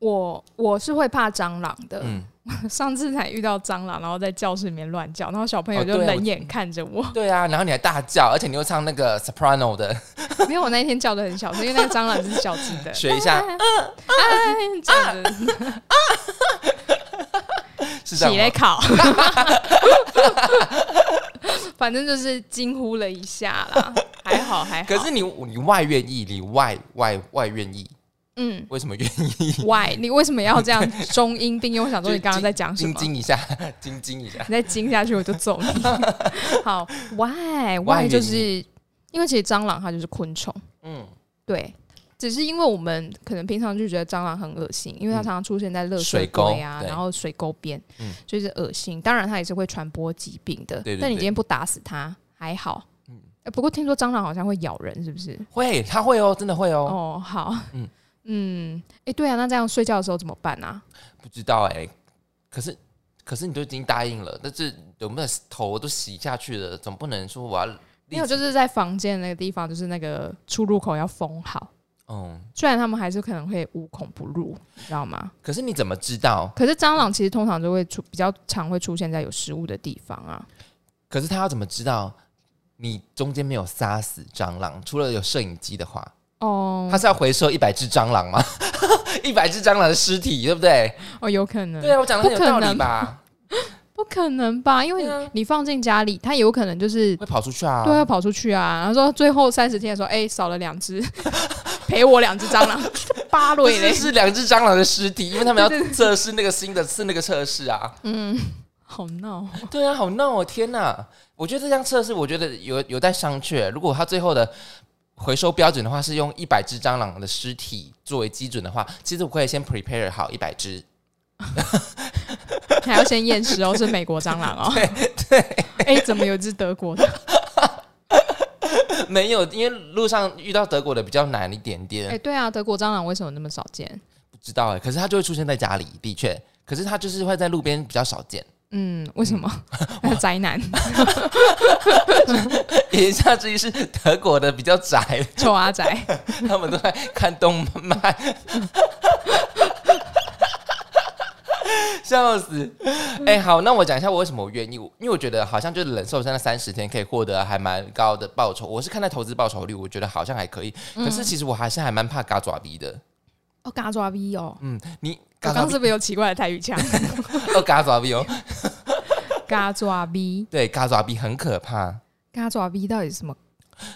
[SPEAKER 2] 我我是会怕蟑螂的，
[SPEAKER 1] 嗯，
[SPEAKER 2] 上次才遇到蟑螂，然后在教室里面乱叫，然后小朋友
[SPEAKER 1] 哦
[SPEAKER 2] 就
[SPEAKER 1] 对我
[SPEAKER 2] 冷眼看着我。
[SPEAKER 1] 对啊，然后你还大叫，而且你又唱那个 soprano 的，
[SPEAKER 2] 没有，我那一天叫的很小声，因为那个蟑螂是小只 的，
[SPEAKER 1] 学一 下，
[SPEAKER 2] 哎，这样
[SPEAKER 1] 啊
[SPEAKER 2] 子
[SPEAKER 1] 是这样
[SPEAKER 2] 起来
[SPEAKER 1] 吗？
[SPEAKER 2] 烤， 反正就是惊呼了一下啦，还好还好。
[SPEAKER 1] 可是你你外愿意，你外外外愿意，
[SPEAKER 2] 嗯
[SPEAKER 1] 为什么愿意？
[SPEAKER 2] ，Why？你为什么要这样中英并用？我想说你刚刚在讲什
[SPEAKER 1] 晶
[SPEAKER 2] 么？
[SPEAKER 1] 晶一下， 晶晶一下。
[SPEAKER 2] 你再惊下去我就 揍你。好，Why？Why
[SPEAKER 1] Why
[SPEAKER 2] 就是因为其实蟑螂它就是昆虫，
[SPEAKER 1] 嗯，
[SPEAKER 2] 对。只是因为我们可能平常就觉得蟑螂很恶心，因为它
[SPEAKER 1] 嗯
[SPEAKER 2] 常常出现在垃
[SPEAKER 1] 水
[SPEAKER 2] 圾
[SPEAKER 1] 沟
[SPEAKER 2] 堆啊，
[SPEAKER 1] 对
[SPEAKER 2] 然后水沟边，
[SPEAKER 1] 嗯
[SPEAKER 2] 就是恶心。当然，它也是会传播疾病的。
[SPEAKER 1] 对对
[SPEAKER 2] 但你
[SPEAKER 1] 对
[SPEAKER 2] 今天不打死它还好。
[SPEAKER 1] 嗯
[SPEAKER 2] 呃不过听说蟑螂好像会咬人，是不是？
[SPEAKER 1] 会，他会哦，真的会哦。
[SPEAKER 2] 哦，好，嗯
[SPEAKER 1] 嗯
[SPEAKER 2] 嗯，哎、对啊，那这样睡觉的时候怎么办啊？
[SPEAKER 1] 不知道哎、可是可是你都已经答应了，但是有没有头都洗下去了，总不能说我要立
[SPEAKER 2] 因为我
[SPEAKER 1] 即
[SPEAKER 2] 就是在房间那个地方，就是那个出入口要封好，
[SPEAKER 1] 嗯。
[SPEAKER 2] 虽然他们还是可能会无孔不入，你知道吗？
[SPEAKER 1] 可是你怎么知道？
[SPEAKER 2] 可是蟑螂其实通常就会出比较常会出现在有食物的地方啊。
[SPEAKER 1] 可是他要怎么知道你中间没有杀死蟑螂？除了有摄影机的话，
[SPEAKER 2] 哦
[SPEAKER 1] 他是要回收一百只蟑螂吗？ 一百只蟑螂的尸体，对不对？
[SPEAKER 2] 哦，有可能，
[SPEAKER 1] 对啊，我讲的很有
[SPEAKER 2] 不可
[SPEAKER 1] 道
[SPEAKER 2] 能
[SPEAKER 1] 理吧？
[SPEAKER 2] 不可能吧？因为
[SPEAKER 1] 对啊
[SPEAKER 2] 你放进家里，它有可能就是
[SPEAKER 1] 会跑出去啊？
[SPEAKER 2] 对啊，跑出去啊。然后说最后三十天的时候，哎、少了两只， 赔我两只蟑螂， 八
[SPEAKER 1] 不
[SPEAKER 2] 对
[SPEAKER 1] 是
[SPEAKER 2] 嘞，
[SPEAKER 1] 是两只蟑螂的尸体，因为他们要测试那个新的是那个测试啊。
[SPEAKER 2] 好闹哦。
[SPEAKER 1] 对啊，好闹哦！天哪，我觉得这项测试，我觉得有有待商榷。如果它最后的回收标准的话是用一百只蟑螂的尸体作为基准的话，其实我可以先 prepare 好一百只。
[SPEAKER 2] 还要先验尸哦，是美国蟑螂 哦。对，哎、怎么有一只德国的？
[SPEAKER 1] 没有，因为路上遇到德国的比较难一点点，
[SPEAKER 2] 哎、对啊，德国蟑螂为什么那么少见？
[SPEAKER 1] 不知道哎。可是它就会出现在家里，的确。可是它就是会在路边比较少见，
[SPEAKER 2] 嗯，为什么？ 宅男，
[SPEAKER 1] 言下之意是德国的比较宅，
[SPEAKER 2] 臭阿宅。
[SPEAKER 1] 他们都在看动漫， 笑死！哎、好，那我讲一下我为什么我愿意，因为我觉得好像就是忍受在那三十天可以获得还蛮高的报酬，我是看在投资报酬率，我觉得好像还可以，可是其实我还是还蛮怕嘎爪逼的。
[SPEAKER 2] 哦，嘎抓逼哦。
[SPEAKER 1] 嗯，你
[SPEAKER 2] 我
[SPEAKER 1] 嘎爪
[SPEAKER 2] 刚
[SPEAKER 1] 逼
[SPEAKER 2] 是不是有奇怪的台语腔？
[SPEAKER 1] 哦，嘎爪逼哦，
[SPEAKER 2] 嘎抓逼，
[SPEAKER 1] 对，嘎爪逼很可怕。
[SPEAKER 2] 嘎抓逼到底是什么？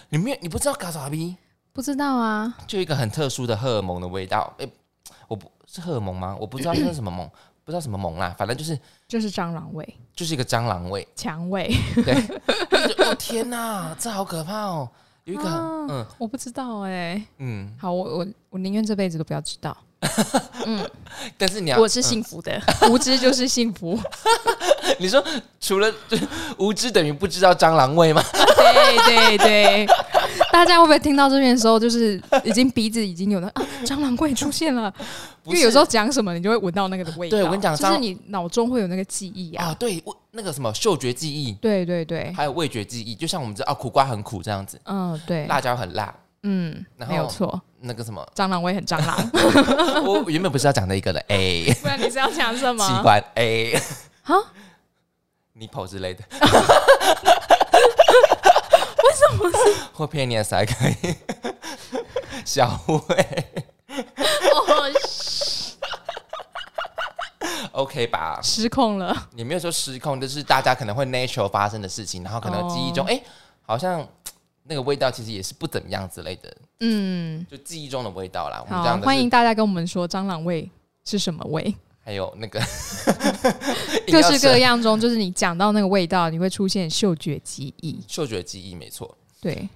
[SPEAKER 1] 你没有，你不知道嘎爪逼
[SPEAKER 2] 不知道啊。
[SPEAKER 1] 就一个很特殊的荷尔蒙的味道。哎、我不是荷尔蒙吗？我不知道那是什么蒙， 不知道什么蒙啦，反正就是
[SPEAKER 2] 就是蟑螂味、
[SPEAKER 1] 就是一个蟑螂味。
[SPEAKER 2] 蔷薇，
[SPEAKER 1] 就哦天哪，这好可怕哦！有一个很、
[SPEAKER 2] 啊
[SPEAKER 1] 嗯
[SPEAKER 2] 我不知道哎、
[SPEAKER 1] 嗯，
[SPEAKER 2] 好，我我我宁愿这辈子都不要知道。
[SPEAKER 1] 但是你要
[SPEAKER 2] 我是幸福的，啊嗯无知就是幸福。
[SPEAKER 1] 嗯你说除了 就是无知等于不知道蟑螂味吗？
[SPEAKER 2] 对对对，大家会不会听到这边的时候，就是已经鼻子已经有了啊，蟑螂味出现了？
[SPEAKER 1] 不
[SPEAKER 2] 因为
[SPEAKER 1] 是
[SPEAKER 2] 有时候讲什么，你就会闻到那个的味道。
[SPEAKER 1] 对我跟你讲
[SPEAKER 2] 就
[SPEAKER 1] 蟑
[SPEAKER 2] 是
[SPEAKER 1] 螂
[SPEAKER 2] 你脑中会有那个记忆啊。
[SPEAKER 1] 啊，对，我那个什么嗅觉记忆，
[SPEAKER 2] 对对对，
[SPEAKER 1] 还有味觉记忆，就像我们知道哦，苦瓜很苦这样子，
[SPEAKER 2] 嗯对，
[SPEAKER 1] 辣椒很辣，
[SPEAKER 2] 嗯，
[SPEAKER 1] 然
[SPEAKER 2] 没有
[SPEAKER 1] 后
[SPEAKER 2] 错，
[SPEAKER 1] 那个什么，
[SPEAKER 2] 蟑螂味很蟑螂。
[SPEAKER 1] 我原本不是要讲那一个的，哎、
[SPEAKER 2] 不然你是要讲什
[SPEAKER 1] 器
[SPEAKER 2] 么？
[SPEAKER 1] 官哎，
[SPEAKER 2] 啊，
[SPEAKER 1] 你跑之类的，为什么是或偏你的才可以？小味
[SPEAKER 2] 哦，
[SPEAKER 1] ，OK 吧？
[SPEAKER 2] 失控了。
[SPEAKER 1] 也没有说失控，就是大家可能会 natural 发生的事情，然后可能记忆
[SPEAKER 2] 哦
[SPEAKER 1] 中，哎、好像嘖那个味道其实也是不怎么样之类的，
[SPEAKER 2] 嗯，
[SPEAKER 1] 就记忆中的味道啦。我们这
[SPEAKER 2] 好，
[SPEAKER 1] 样的是
[SPEAKER 2] 欢迎大家跟我们说蟑螂味是什么 味，
[SPEAKER 1] 还有那 个
[SPEAKER 2] 各式
[SPEAKER 1] 硬要扯
[SPEAKER 2] 各样中，就是你讲到那个味道，你会出现嗅觉记忆。
[SPEAKER 1] 嗅觉记忆，没错。
[SPEAKER 2] 对，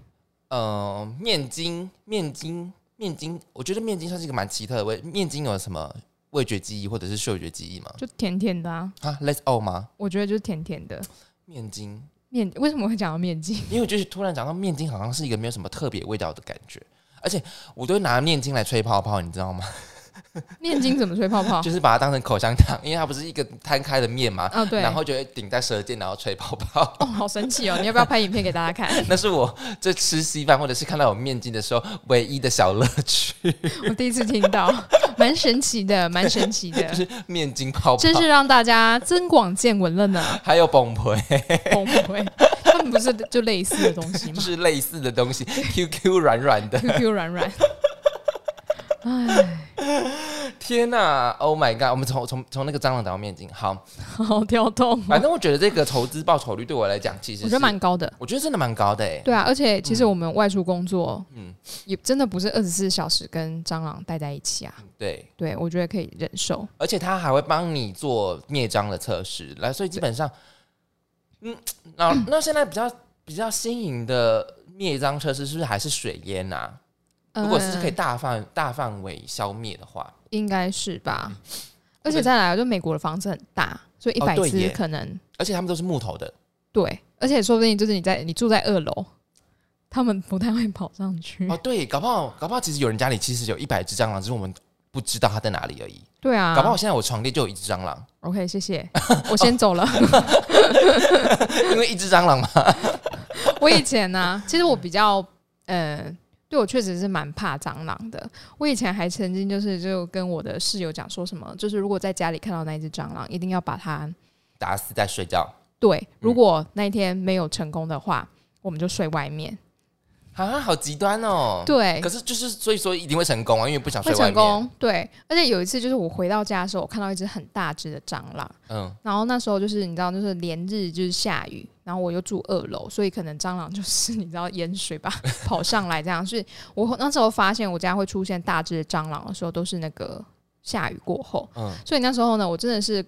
[SPEAKER 1] 呃，面筋，面筋，面筋，我觉得面筋算是一个蛮奇特的味。面筋有什么味觉记忆或者是嗅觉记忆吗？
[SPEAKER 2] 就甜甜的啊，
[SPEAKER 1] 啊，Let's all 吗？
[SPEAKER 2] 我觉得就是甜甜的。
[SPEAKER 1] 面筋，
[SPEAKER 2] 面为什么会讲到面筋？
[SPEAKER 1] 因为我就是突然讲到面筋，好像是一个没有什么特别味道的感觉，而且我都会拿面筋来吹泡泡，你知道吗？
[SPEAKER 2] 面筋怎么吹泡泡？
[SPEAKER 1] 就是把它当成口香糖，因为它不是一个摊开的面嘛，
[SPEAKER 2] 哦，对，
[SPEAKER 1] 然后就会顶在舌尖，然后吹泡泡。
[SPEAKER 2] 哦，好神奇哦！你要不要拍影片给大家看？
[SPEAKER 1] 那是我这吃稀饭或者是看到有面筋的时候唯一的小乐趣，
[SPEAKER 2] 我第一次听到，蛮神奇的，蛮神奇的
[SPEAKER 1] 就，是面筋泡泡，
[SPEAKER 2] 真是让大家增广见闻了呢。
[SPEAKER 1] 还有崩溃，
[SPEAKER 2] 崩溃，他们不是就类似的东西
[SPEAKER 1] 就
[SPEAKER 2] 吗
[SPEAKER 1] 是类似的东西，QQ 软软的。
[SPEAKER 2] ？QQ 软软，
[SPEAKER 1] 天呐 o h my god！我们从从从那个蟑螂打到面筋，好，
[SPEAKER 2] 好跳动哦，
[SPEAKER 1] 反正我觉得这个投资报酬率对我来讲，其实
[SPEAKER 2] 我
[SPEAKER 1] 是
[SPEAKER 2] 觉得蛮高的。
[SPEAKER 1] 我觉得真的蛮高的哎、
[SPEAKER 2] 对啊，而且其实我们外出工作，
[SPEAKER 1] 嗯
[SPEAKER 2] 嗯，也真的不是二十四小时跟蟑螂待在一起啊。
[SPEAKER 1] 嗯对，
[SPEAKER 2] 对，我觉得可以忍受。
[SPEAKER 1] 而且他还会帮你做灭蟑的测试，来，所以基本上，嗯，那那现在比较比较新颖的灭蟑测试是不是还是水淹啊？如果是可以
[SPEAKER 2] 呃
[SPEAKER 1] 大范大范围消灭的话，
[SPEAKER 2] 应该是吧。而
[SPEAKER 1] 对
[SPEAKER 2] 且再来，啊就美国的房子很大，所以一
[SPEAKER 1] 嗯哦
[SPEAKER 2] 百
[SPEAKER 1] 对
[SPEAKER 2] 只
[SPEAKER 1] 耶
[SPEAKER 2] 可能
[SPEAKER 1] 而且他们都是木头的，
[SPEAKER 2] 对，而且说不定就是你在你住在二楼，他们不太会跑上去。
[SPEAKER 1] 哦，对，搞不好搞不好其实有人家里其实有一百只蟑螂，只是我们不知道它在哪里而已。
[SPEAKER 2] 对啊，
[SPEAKER 1] 搞不好现在我床垫就有一只蟑螂，
[SPEAKER 2] OK，谢谢，我先走了。
[SPEAKER 1] 因为一只蟑螂嘛。
[SPEAKER 2] 我以前呢、 其实我比较呃，对我确实是蛮怕蟑螂的。我以前还曾经就是就跟我的室友讲说什么，就是如果在家里看到那一只蟑螂，一定要把它
[SPEAKER 1] 打死在睡觉
[SPEAKER 2] 对。
[SPEAKER 1] 嗯
[SPEAKER 2] 如果那一天没有成功的话，我们就睡外面。
[SPEAKER 1] 啊，好极端哦。
[SPEAKER 2] 对
[SPEAKER 1] 可，是就是所以说一定会成功啊，因为不想睡
[SPEAKER 2] 会
[SPEAKER 1] 外面。
[SPEAKER 2] 成功。对，而且有一次就是我回到家的时候，我看到一只很大只的蟑螂。
[SPEAKER 1] 嗯，
[SPEAKER 2] 然后那时候就是你知道，就是连日就是下雨，然后我又住二楼，所以可能蟑螂就是你知道淹水吧跑上来这样。所以我那时候发现我家会出现大只的蟑螂的时候，都是那个下雨过后。
[SPEAKER 1] 嗯
[SPEAKER 2] 所以那时候呢，我真的是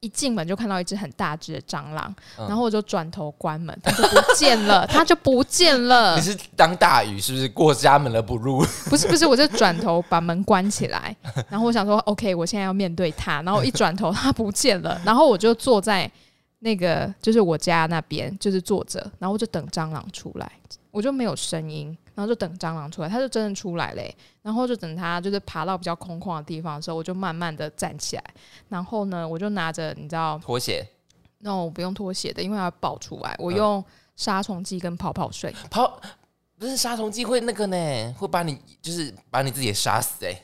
[SPEAKER 2] 一进门就看到一只很大只的蟑螂，
[SPEAKER 1] 嗯
[SPEAKER 2] 然后我就转头关门，它就不见了，它就不见了
[SPEAKER 1] 你。是当大雨是不是过家门而不入？
[SPEAKER 2] 不是不是，我就转头把门关起来，然后我想说，OK，我现在要面对他，然后一转头他不见了，然后我就坐在那个就是我家那边，就是坐着，然后我就等蟑螂出来，我就没有声音，然后就等蟑螂出来，它就真的出来嘞、然后就等它就是爬到比较空旷的地方的时候，我就慢慢的站起来，然后呢，我就拿着你知道，
[SPEAKER 1] 拖鞋
[SPEAKER 2] 那我不用拖鞋的，因为它要爆出来，我用杀虫剂跟泡泡水，
[SPEAKER 1] 跑不是杀虫剂会那个呢，会把你就是把你自己也杀死哎、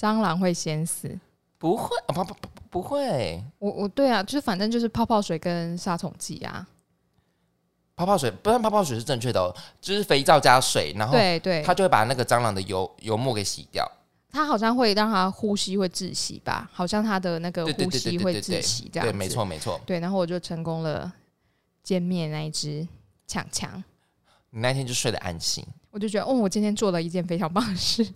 [SPEAKER 2] 蟑螂会先死。
[SPEAKER 1] 不会，啊不不不不会，
[SPEAKER 2] 我我对啊，就是反正就是泡泡水跟杀虫剂啊，
[SPEAKER 1] 泡泡水不但泡泡水是正确的哦，就是肥皂加水，然后
[SPEAKER 2] 对对，
[SPEAKER 1] 哦它
[SPEAKER 2] 它
[SPEAKER 1] 就会把那个蟑螂的油油沫给洗掉。
[SPEAKER 2] 好像会让它呼吸会窒息吧，好像它的那个
[SPEAKER 1] 对对
[SPEAKER 2] 呼
[SPEAKER 1] 对对
[SPEAKER 2] 吸
[SPEAKER 1] 对
[SPEAKER 2] 会
[SPEAKER 1] 对
[SPEAKER 2] 窒息这样
[SPEAKER 1] 对，
[SPEAKER 2] 子
[SPEAKER 1] 没，错没错。
[SPEAKER 2] 对，然后我就成功了歼灭那一只强强，
[SPEAKER 1] 你那天就睡得安心。
[SPEAKER 2] 我就觉得哦，我今天做了一件非常棒的事，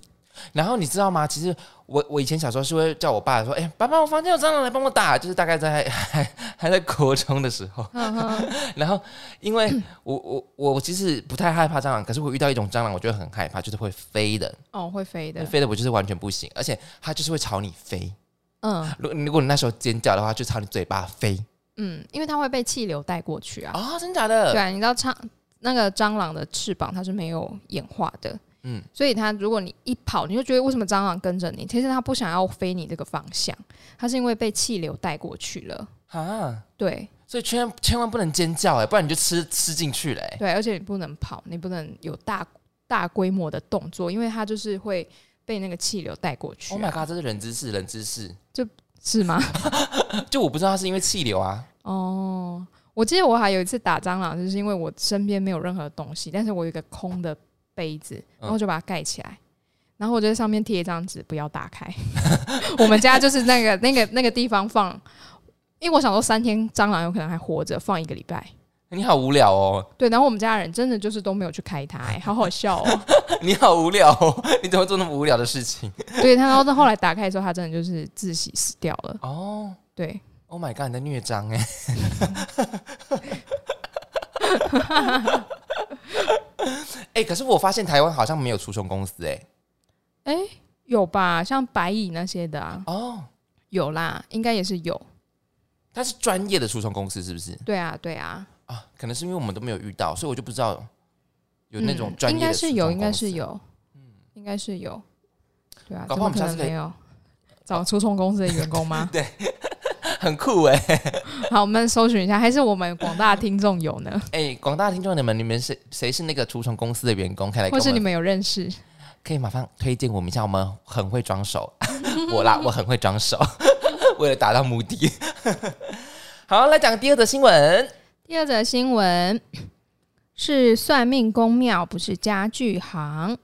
[SPEAKER 1] 然后你知道吗？其实我我以前小时候是会叫我爸说：“哎、爸爸，我房间有蟑螂，来帮我打。”就是大概在还还在国中的时候。然后因为我我我我其实不太害怕蟑螂，可是我遇到一种蟑螂，我觉得很害怕，就是会飞的，
[SPEAKER 2] 哦，会飞的，
[SPEAKER 1] 飞的我就是完全不行，而且它就是会朝你飞。
[SPEAKER 2] 嗯
[SPEAKER 1] 如果如果你那时候尖叫的话，就朝你嘴巴飞
[SPEAKER 2] 嗯，因为它会被气流带过去啊，
[SPEAKER 1] 啊、真假的？
[SPEAKER 2] 对啊，你知道苍那个蟑螂的翅膀它是没有演化的，
[SPEAKER 1] 嗯
[SPEAKER 2] 嗯，所以它如果你一跑，你就觉得为什么蟑螂跟着你？其实它不想要飞你这个方向，它是因为被气流带过去了。
[SPEAKER 1] 啊，
[SPEAKER 2] 对
[SPEAKER 1] 所以千万千万不能尖叫哎、不然你就吃吃进去欸嘞、
[SPEAKER 2] 对，而且你不能跑，你不能有大大规模的动作，因为它就是会被那个气流带过去
[SPEAKER 1] Oh
[SPEAKER 2] 啊、
[SPEAKER 1] my god，这是冷知识，冷知识。
[SPEAKER 2] 是吗？
[SPEAKER 1] 就我不知道它是因为气流啊，
[SPEAKER 2] 哦，我记得我还有一次打蟑螂，就是因为我身边没有任何东西，但是我有一个空的杯子，然后就把它盖起来，然后我就在上面贴一张纸，不要打开。 我们家就是那个那个那个地方放，因为我想说三天蟑螂有可能还活着，放一个礼拜。
[SPEAKER 1] 你好无聊哦。
[SPEAKER 2] 对，然后我们家人真的就是都没有去开它、哎好好笑哦。
[SPEAKER 1] 你好无聊哦，你怎么做那么无聊的事情？
[SPEAKER 2] 对，他然后到后来打开的时候，它真的就是窒息死掉了。
[SPEAKER 1] 哦、
[SPEAKER 2] 对，
[SPEAKER 1] o h my god，你在虐蟑 哎！哎、可是我发现台湾好像没有除虫公司哎、
[SPEAKER 2] 哎、有吧？像白蚁那些的啊，
[SPEAKER 1] 哦，
[SPEAKER 2] 有啦，应该也是有。
[SPEAKER 1] 它是专业的除虫公司是不是
[SPEAKER 2] 对啊，对啊。
[SPEAKER 1] 啊？可能是因为我们都没有遇到，所以我就不知道有那种
[SPEAKER 2] 嗯
[SPEAKER 1] 专业
[SPEAKER 2] 应
[SPEAKER 1] 的、
[SPEAKER 2] 该是有，应该是。有，应该是有，对啊，
[SPEAKER 1] 嗯搞不
[SPEAKER 2] 怎
[SPEAKER 1] 好
[SPEAKER 2] 么
[SPEAKER 1] 我们
[SPEAKER 2] 可
[SPEAKER 1] 下次
[SPEAKER 2] 能
[SPEAKER 1] 可以
[SPEAKER 2] 没有？找初创公司的员工吗？
[SPEAKER 1] 很酷哎、
[SPEAKER 2] 好，我们搜寻一下，还是我们广大听众有 呢，
[SPEAKER 1] 哎、广大听众你们，你们谁谁是那个除虫公司的员工？可以来
[SPEAKER 2] 或
[SPEAKER 1] 跟我
[SPEAKER 2] 是你
[SPEAKER 1] 们，
[SPEAKER 2] 们有认识？
[SPEAKER 1] 可以麻烦推荐我们一下，我们很会装熟， 我啦，我很会装熟， 为了达到目的。 好，来讲第二则新闻。
[SPEAKER 2] 第二则新闻 是算命公庙，不是家具行。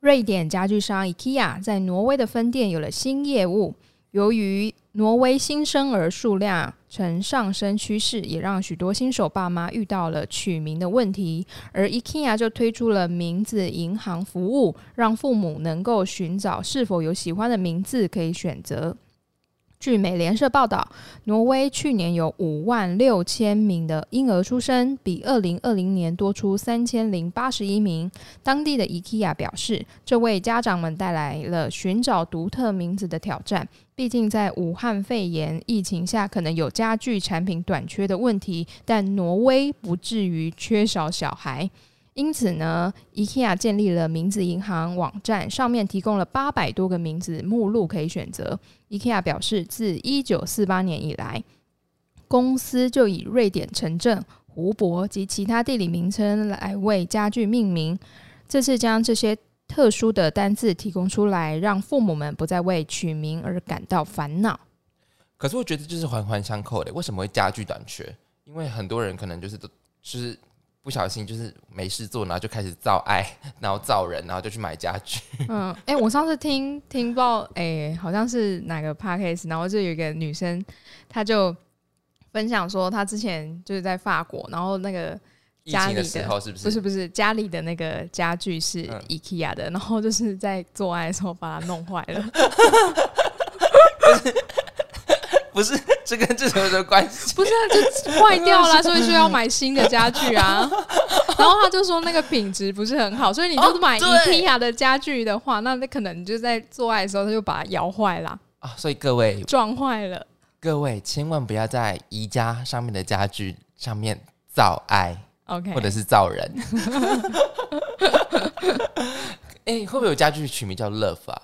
[SPEAKER 2] 瑞典家具商 IKEA 在挪威的分店有了新业务，由于挪威新生儿数量呈上升趋势，也让许多新手爸妈遇到了取名的问题。而 IKEA 就推出了名字银行服务，让父母能够寻找是否有喜欢的名字可以选择。据美联社报道，挪威去年有五万六千名的婴儿出生，比二零二零年多出三千零八十一名。当地的 IKEA 表示，这为家长们带来了寻找独特名字的挑战。毕竟，在武汉肺炎疫情下，可能有家具产品短缺的问题，但挪威不至于缺少小孩。因此呢，IKEA 建立了名字银行网站，上面提供了八百多个名字目录可以选择。IKEA 表示，自一九四八年以来，公司就以瑞典城镇、湖泊及其他地理名称来为家具命名。这次将这些特殊的单字提供出来，让父母们不再为取名而感到烦恼。
[SPEAKER 1] 可是我觉得就是环环相扣的，为什么会家具短缺？因为很多人可能就是都就是不小心就是没事做，然后就开始造爱， 然后造人，然后就去买家 具。
[SPEAKER 2] 嗯，哎、我上次听听到，哎、好像是哪个 podcast，然后就有一个女生，她就分享说，她之前就是在法国，然后那个
[SPEAKER 1] 疫
[SPEAKER 2] 家
[SPEAKER 1] 情
[SPEAKER 2] 里
[SPEAKER 1] 的
[SPEAKER 2] 的
[SPEAKER 1] 时候是不是？
[SPEAKER 2] 不是不是家里的那个家具是
[SPEAKER 1] 嗯
[SPEAKER 2] IKEA 的，然后就是在做爱的时候把它弄坏 了，
[SPEAKER 1] 不是， 这跟这有什么关系？
[SPEAKER 2] 不是啊就坏掉了，所以需要买新的家 具啊。然后她就说那个品质不是很好，所以你就是买
[SPEAKER 1] 哦对
[SPEAKER 2] IKEA 的家具的话，那那可能你就在做爱的时候，它就把它摇坏了，
[SPEAKER 1] 啊，所以各位
[SPEAKER 2] 撞坏了。
[SPEAKER 1] 各位千万不要在宜家上面的家具上面造爱，
[SPEAKER 2] OK，
[SPEAKER 1] 或者是造人。 哎、会不会有家具取名叫 Love 啊？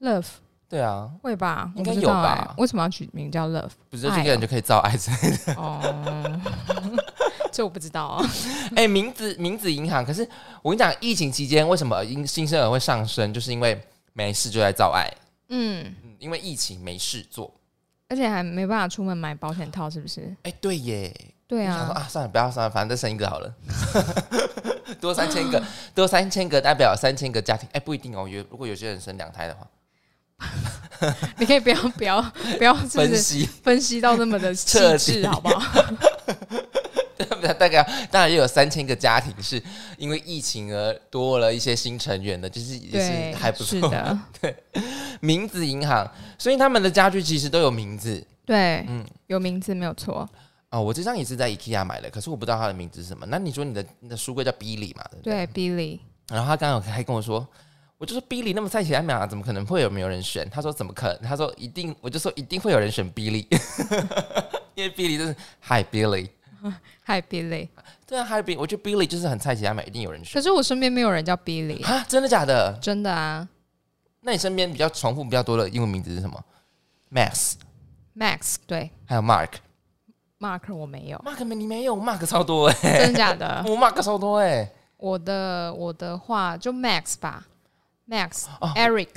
[SPEAKER 2] Love
[SPEAKER 1] 对啊，
[SPEAKER 2] 会吧？
[SPEAKER 1] 应该
[SPEAKER 2] 我不知道
[SPEAKER 1] 有吧
[SPEAKER 2] 欸为什么要取名叫 Love？
[SPEAKER 1] 不是就这个人就可以造爱之类的。
[SPEAKER 2] 哦， 这我不知道啊。
[SPEAKER 1] 哎、名字名字银行，可是我跟你讲，疫情期间为什么新新生儿会上升，就是因为没事就在造爱，
[SPEAKER 2] 嗯，
[SPEAKER 1] 嗯，因为疫情没事做。
[SPEAKER 2] 而且还没办法出门买保险套，是不是？
[SPEAKER 1] 哎、对耶，
[SPEAKER 2] 对
[SPEAKER 1] 我想说啊，
[SPEAKER 2] 啊，
[SPEAKER 1] 算了，不要算了，反正再生一个好了， 多三千个，多三千个代表三千个家庭。哎、不一定哦，有如果有些人生两胎的话，
[SPEAKER 2] 你可以不要不要不要，就
[SPEAKER 1] 分
[SPEAKER 2] 是
[SPEAKER 1] 析
[SPEAKER 2] 分析到那么的细
[SPEAKER 1] 彻底
[SPEAKER 2] 致，好不好？
[SPEAKER 1] 大概当然也有三千个家庭是因为疫情而多了一些新成员的，就是 也
[SPEAKER 2] 对
[SPEAKER 1] 是，还不
[SPEAKER 2] 是
[SPEAKER 1] 错。
[SPEAKER 2] 的，
[SPEAKER 1] 名字银行，所以他们的家具其实都有名字
[SPEAKER 2] 对，
[SPEAKER 1] 嗯
[SPEAKER 2] 有名字没有错，
[SPEAKER 1] 哦。我这张也是在 IKEA 买的，可是我不知道它的名字是什么。那你说你的你的书柜叫 Billy 嘛？对不对？
[SPEAKER 2] 对，Billy，
[SPEAKER 1] 然后他刚刚有还跟我说，我就说 Billy 那么菜起来买，怎么可能会有没有人选？他说怎么可能？他说一定，我就说一定会有人选 Billy，因为 Billy 就是 Hi Billy，
[SPEAKER 2] 嗨，Billy。
[SPEAKER 1] 对啊 Hi Billy，我觉得 Billy 就是很菜起来买，一定有人选
[SPEAKER 2] 可是我身边没有人叫 Billy，
[SPEAKER 1] 啊，真的假的？
[SPEAKER 2] 真的啊
[SPEAKER 1] 那你身边比较重复比较多的英文名字是什么？Max，
[SPEAKER 2] ，Max，对
[SPEAKER 1] 还有 Mark。
[SPEAKER 2] ，Mark 我没 有，
[SPEAKER 1] Mark 没你没有 Mark 超多哎、
[SPEAKER 2] 真的假的？
[SPEAKER 1] 我 Mark 超多哎、
[SPEAKER 2] 我的我的话就 Max 吧，Max、
[SPEAKER 1] 哦
[SPEAKER 2] Eric，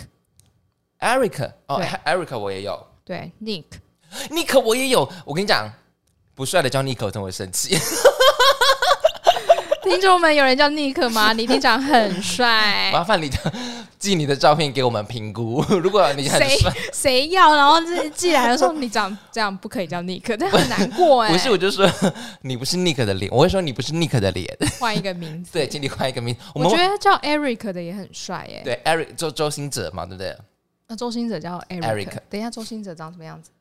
[SPEAKER 1] Eric 哦
[SPEAKER 2] 对
[SPEAKER 1] ，Eric 我也有
[SPEAKER 2] 对 Nick，
[SPEAKER 1] ，Nick 我也有。我跟你讲，不帅的叫 Nick 我真的会生气。
[SPEAKER 2] 听众们有人叫 Nick 吗？你听长很帅，
[SPEAKER 1] 麻烦你的寄你的照片给我们评估。 如果你很
[SPEAKER 2] 谁
[SPEAKER 1] 帅，
[SPEAKER 2] 谁要？然后自寄来的时候你长这样不可以叫 Nick，但很难 过哎、
[SPEAKER 1] 不是我就说你不是 Nick 的脸，我会说你不是 Nick 的脸。
[SPEAKER 2] 换一个名字。
[SPEAKER 1] 对，请你换一个名。我
[SPEAKER 2] 我
[SPEAKER 1] 们
[SPEAKER 2] 觉
[SPEAKER 1] 会
[SPEAKER 2] 得叫 Eric 的也很帅哎、
[SPEAKER 1] 对 Eric 周周星哲嘛，对不对？
[SPEAKER 2] 那周星哲叫 Eric，,
[SPEAKER 1] Eric
[SPEAKER 2] 等一下周星哲长什么样子？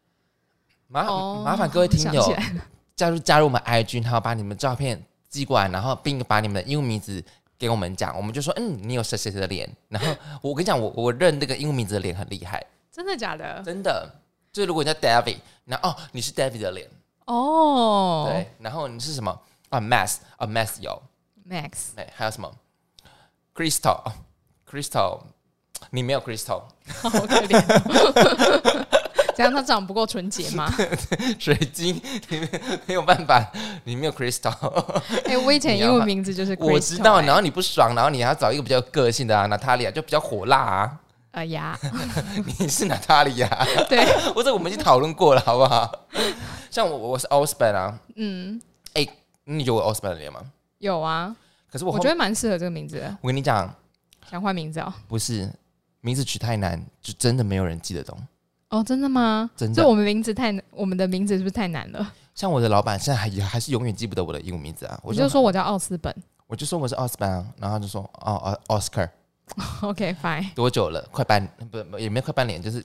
[SPEAKER 1] 麻
[SPEAKER 2] 哦
[SPEAKER 1] 麻烦各位听
[SPEAKER 2] 想起
[SPEAKER 1] 友
[SPEAKER 2] 来了
[SPEAKER 1] 加入加入我们 IG，然后把你们照片寄过来，然后并把你们的英文名字。给我们讲，我们就说，嗯，你有谁谁谁的脸。然 后我跟你讲，我我认那个英文名字的脸很厉害，
[SPEAKER 2] 真的假的？
[SPEAKER 1] 真的。就是如果你叫 David，那哦，你是 David 的脸，
[SPEAKER 2] 哦、
[SPEAKER 1] 对。然后你是什么啊？Mass 啊，Mass 有，
[SPEAKER 2] m a x
[SPEAKER 1] 哎，还有什么？Crystal，Crystal，哦你没有 Crystal，
[SPEAKER 2] 好可怜。这样他长不够纯洁吗？
[SPEAKER 1] 水晶你没没有办法，你没有 Crystal，
[SPEAKER 2] 哎、我以前英文名字就是
[SPEAKER 1] 我知道。
[SPEAKER 2] 呢。
[SPEAKER 1] 然后你不爽，然后你还要找一个比较有个性的啊，娜塔莉亚就比较火辣啊。
[SPEAKER 2] 哎呀，
[SPEAKER 1] 你是娜塔莉亚，
[SPEAKER 2] 对，
[SPEAKER 1] 我这我们已经讨论过了，好不好？像我我是 Osborn 啊，
[SPEAKER 2] 嗯，
[SPEAKER 1] 你有我 Osborn 的脸吗？
[SPEAKER 2] 有啊，
[SPEAKER 1] 可是我
[SPEAKER 2] 我
[SPEAKER 1] 后
[SPEAKER 2] 觉得蛮适合这个名字的，
[SPEAKER 1] 我跟你讲，
[SPEAKER 2] 想换名字哦。
[SPEAKER 1] 不是名字取太难，就真的没有人记得懂。
[SPEAKER 2] 哦，真的吗？
[SPEAKER 1] 真的
[SPEAKER 2] 所以我们名字太难，我们的名字是不是太难了？
[SPEAKER 1] 像我的老板现在还也还是永远记不得我的英文名字啊，我
[SPEAKER 2] 我
[SPEAKER 1] 就
[SPEAKER 2] 就说我叫奥斯本。
[SPEAKER 1] 我就说我是奥斯班啊，然后他就说哦哦 Oscar
[SPEAKER 2] OK fine。
[SPEAKER 1] 多久了？快半不不也没快半年，就是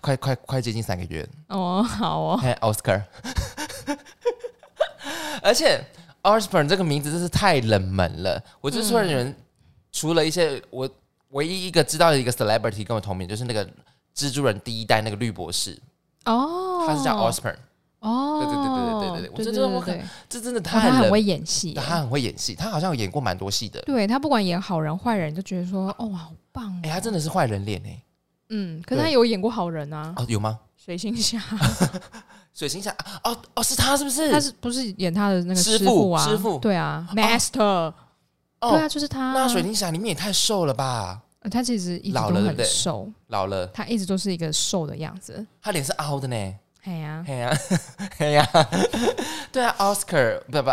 [SPEAKER 1] 快快快接近三个月。
[SPEAKER 2] 哦，好哦，
[SPEAKER 1] 哎 Oscar，而且 Osborn 这个名字真是太冷门了。我
[SPEAKER 2] 嗯
[SPEAKER 1] 就说人、除了一些我唯一一个知道的一个 celebrity 跟我同名，就是那个蜘蛛人第一代那个绿博士，
[SPEAKER 2] 哦，
[SPEAKER 1] 他是叫 Osborn。
[SPEAKER 2] 哦，
[SPEAKER 1] 对对对对对对我觉得我可
[SPEAKER 2] 对对对对
[SPEAKER 1] 这真的
[SPEAKER 2] 哇
[SPEAKER 1] 太
[SPEAKER 2] 哦他很
[SPEAKER 1] 冷
[SPEAKER 2] 会演戏耶，
[SPEAKER 1] 他很会演戏，他好像有演过蛮多戏的。
[SPEAKER 2] 对他不管演好人坏人，就觉得说哦，好棒哦，
[SPEAKER 1] 哎、他真的是坏人脸哎、
[SPEAKER 2] 嗯，可是
[SPEAKER 1] 对
[SPEAKER 2] 他有演过好人啊，
[SPEAKER 1] 哦，有吗？
[SPEAKER 2] 水星 侠，
[SPEAKER 1] 水星侠，哦哦，是他是不是？
[SPEAKER 2] 他是不是演他的那个
[SPEAKER 1] 师傅
[SPEAKER 2] 傅啊？
[SPEAKER 1] 师傅
[SPEAKER 2] 对啊，Master，
[SPEAKER 1] 哦，
[SPEAKER 2] 对啊，就是他啊。
[SPEAKER 1] 那水星侠里面也太瘦了吧？
[SPEAKER 2] 呃他其实一直
[SPEAKER 1] 老
[SPEAKER 2] 都
[SPEAKER 1] 了对不
[SPEAKER 2] 很
[SPEAKER 1] 对
[SPEAKER 2] 瘦，
[SPEAKER 1] 老了，
[SPEAKER 2] 他一直都是一个瘦的样子。
[SPEAKER 1] 他脸是凹的呢。
[SPEAKER 2] 哎呀，
[SPEAKER 1] 嘿呀，嘿呀，对啊，Oscar 不不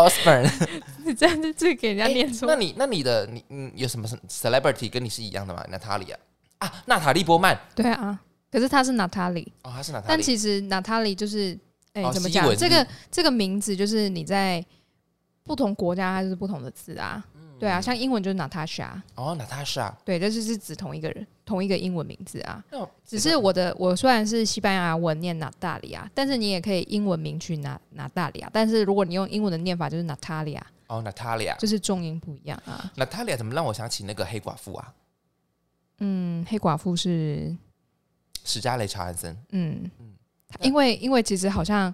[SPEAKER 1] ，Osborn。
[SPEAKER 2] 你这样子这给人家
[SPEAKER 1] 哦哎
[SPEAKER 2] 念错
[SPEAKER 1] 那。你那你的你你有什么 celebrity 跟你是一样的吗？娜塔莉亚啊，娜塔莉波曼
[SPEAKER 2] 对啊，可是他是 Natalie，
[SPEAKER 1] 哦，她是娜塔
[SPEAKER 2] 但
[SPEAKER 1] 莉。
[SPEAKER 2] 其实 Natalie 就是，哎
[SPEAKER 1] 哦，
[SPEAKER 2] 怎么
[SPEAKER 1] 西
[SPEAKER 2] 讲？
[SPEAKER 1] 文
[SPEAKER 2] 这
[SPEAKER 1] 是
[SPEAKER 2] 个这个名字就是你在不同国家它就是不同的字啊。
[SPEAKER 1] 嗯
[SPEAKER 2] 对啊，像英文就是 Natasha，
[SPEAKER 1] 哦，娜塔莎，
[SPEAKER 2] 对，这就是指同一个人同一个英文名字啊。
[SPEAKER 1] 那我
[SPEAKER 2] 只是我的我虽然是西班牙文念娜大利亚，但是你也可以英文名去拿拿大利亚，但是如果你用英文的念法就是娜塔利亚，
[SPEAKER 1] 哦，娜塔莉亚，
[SPEAKER 2] 就是重音不一样啊。
[SPEAKER 1] 娜塔莉亚怎么让我想起那个黑寡妇啊？
[SPEAKER 2] 嗯，黑寡妇是
[SPEAKER 1] 史嘉蕾·乔安森
[SPEAKER 2] 嗯
[SPEAKER 1] 嗯，
[SPEAKER 2] 因为因为其实好像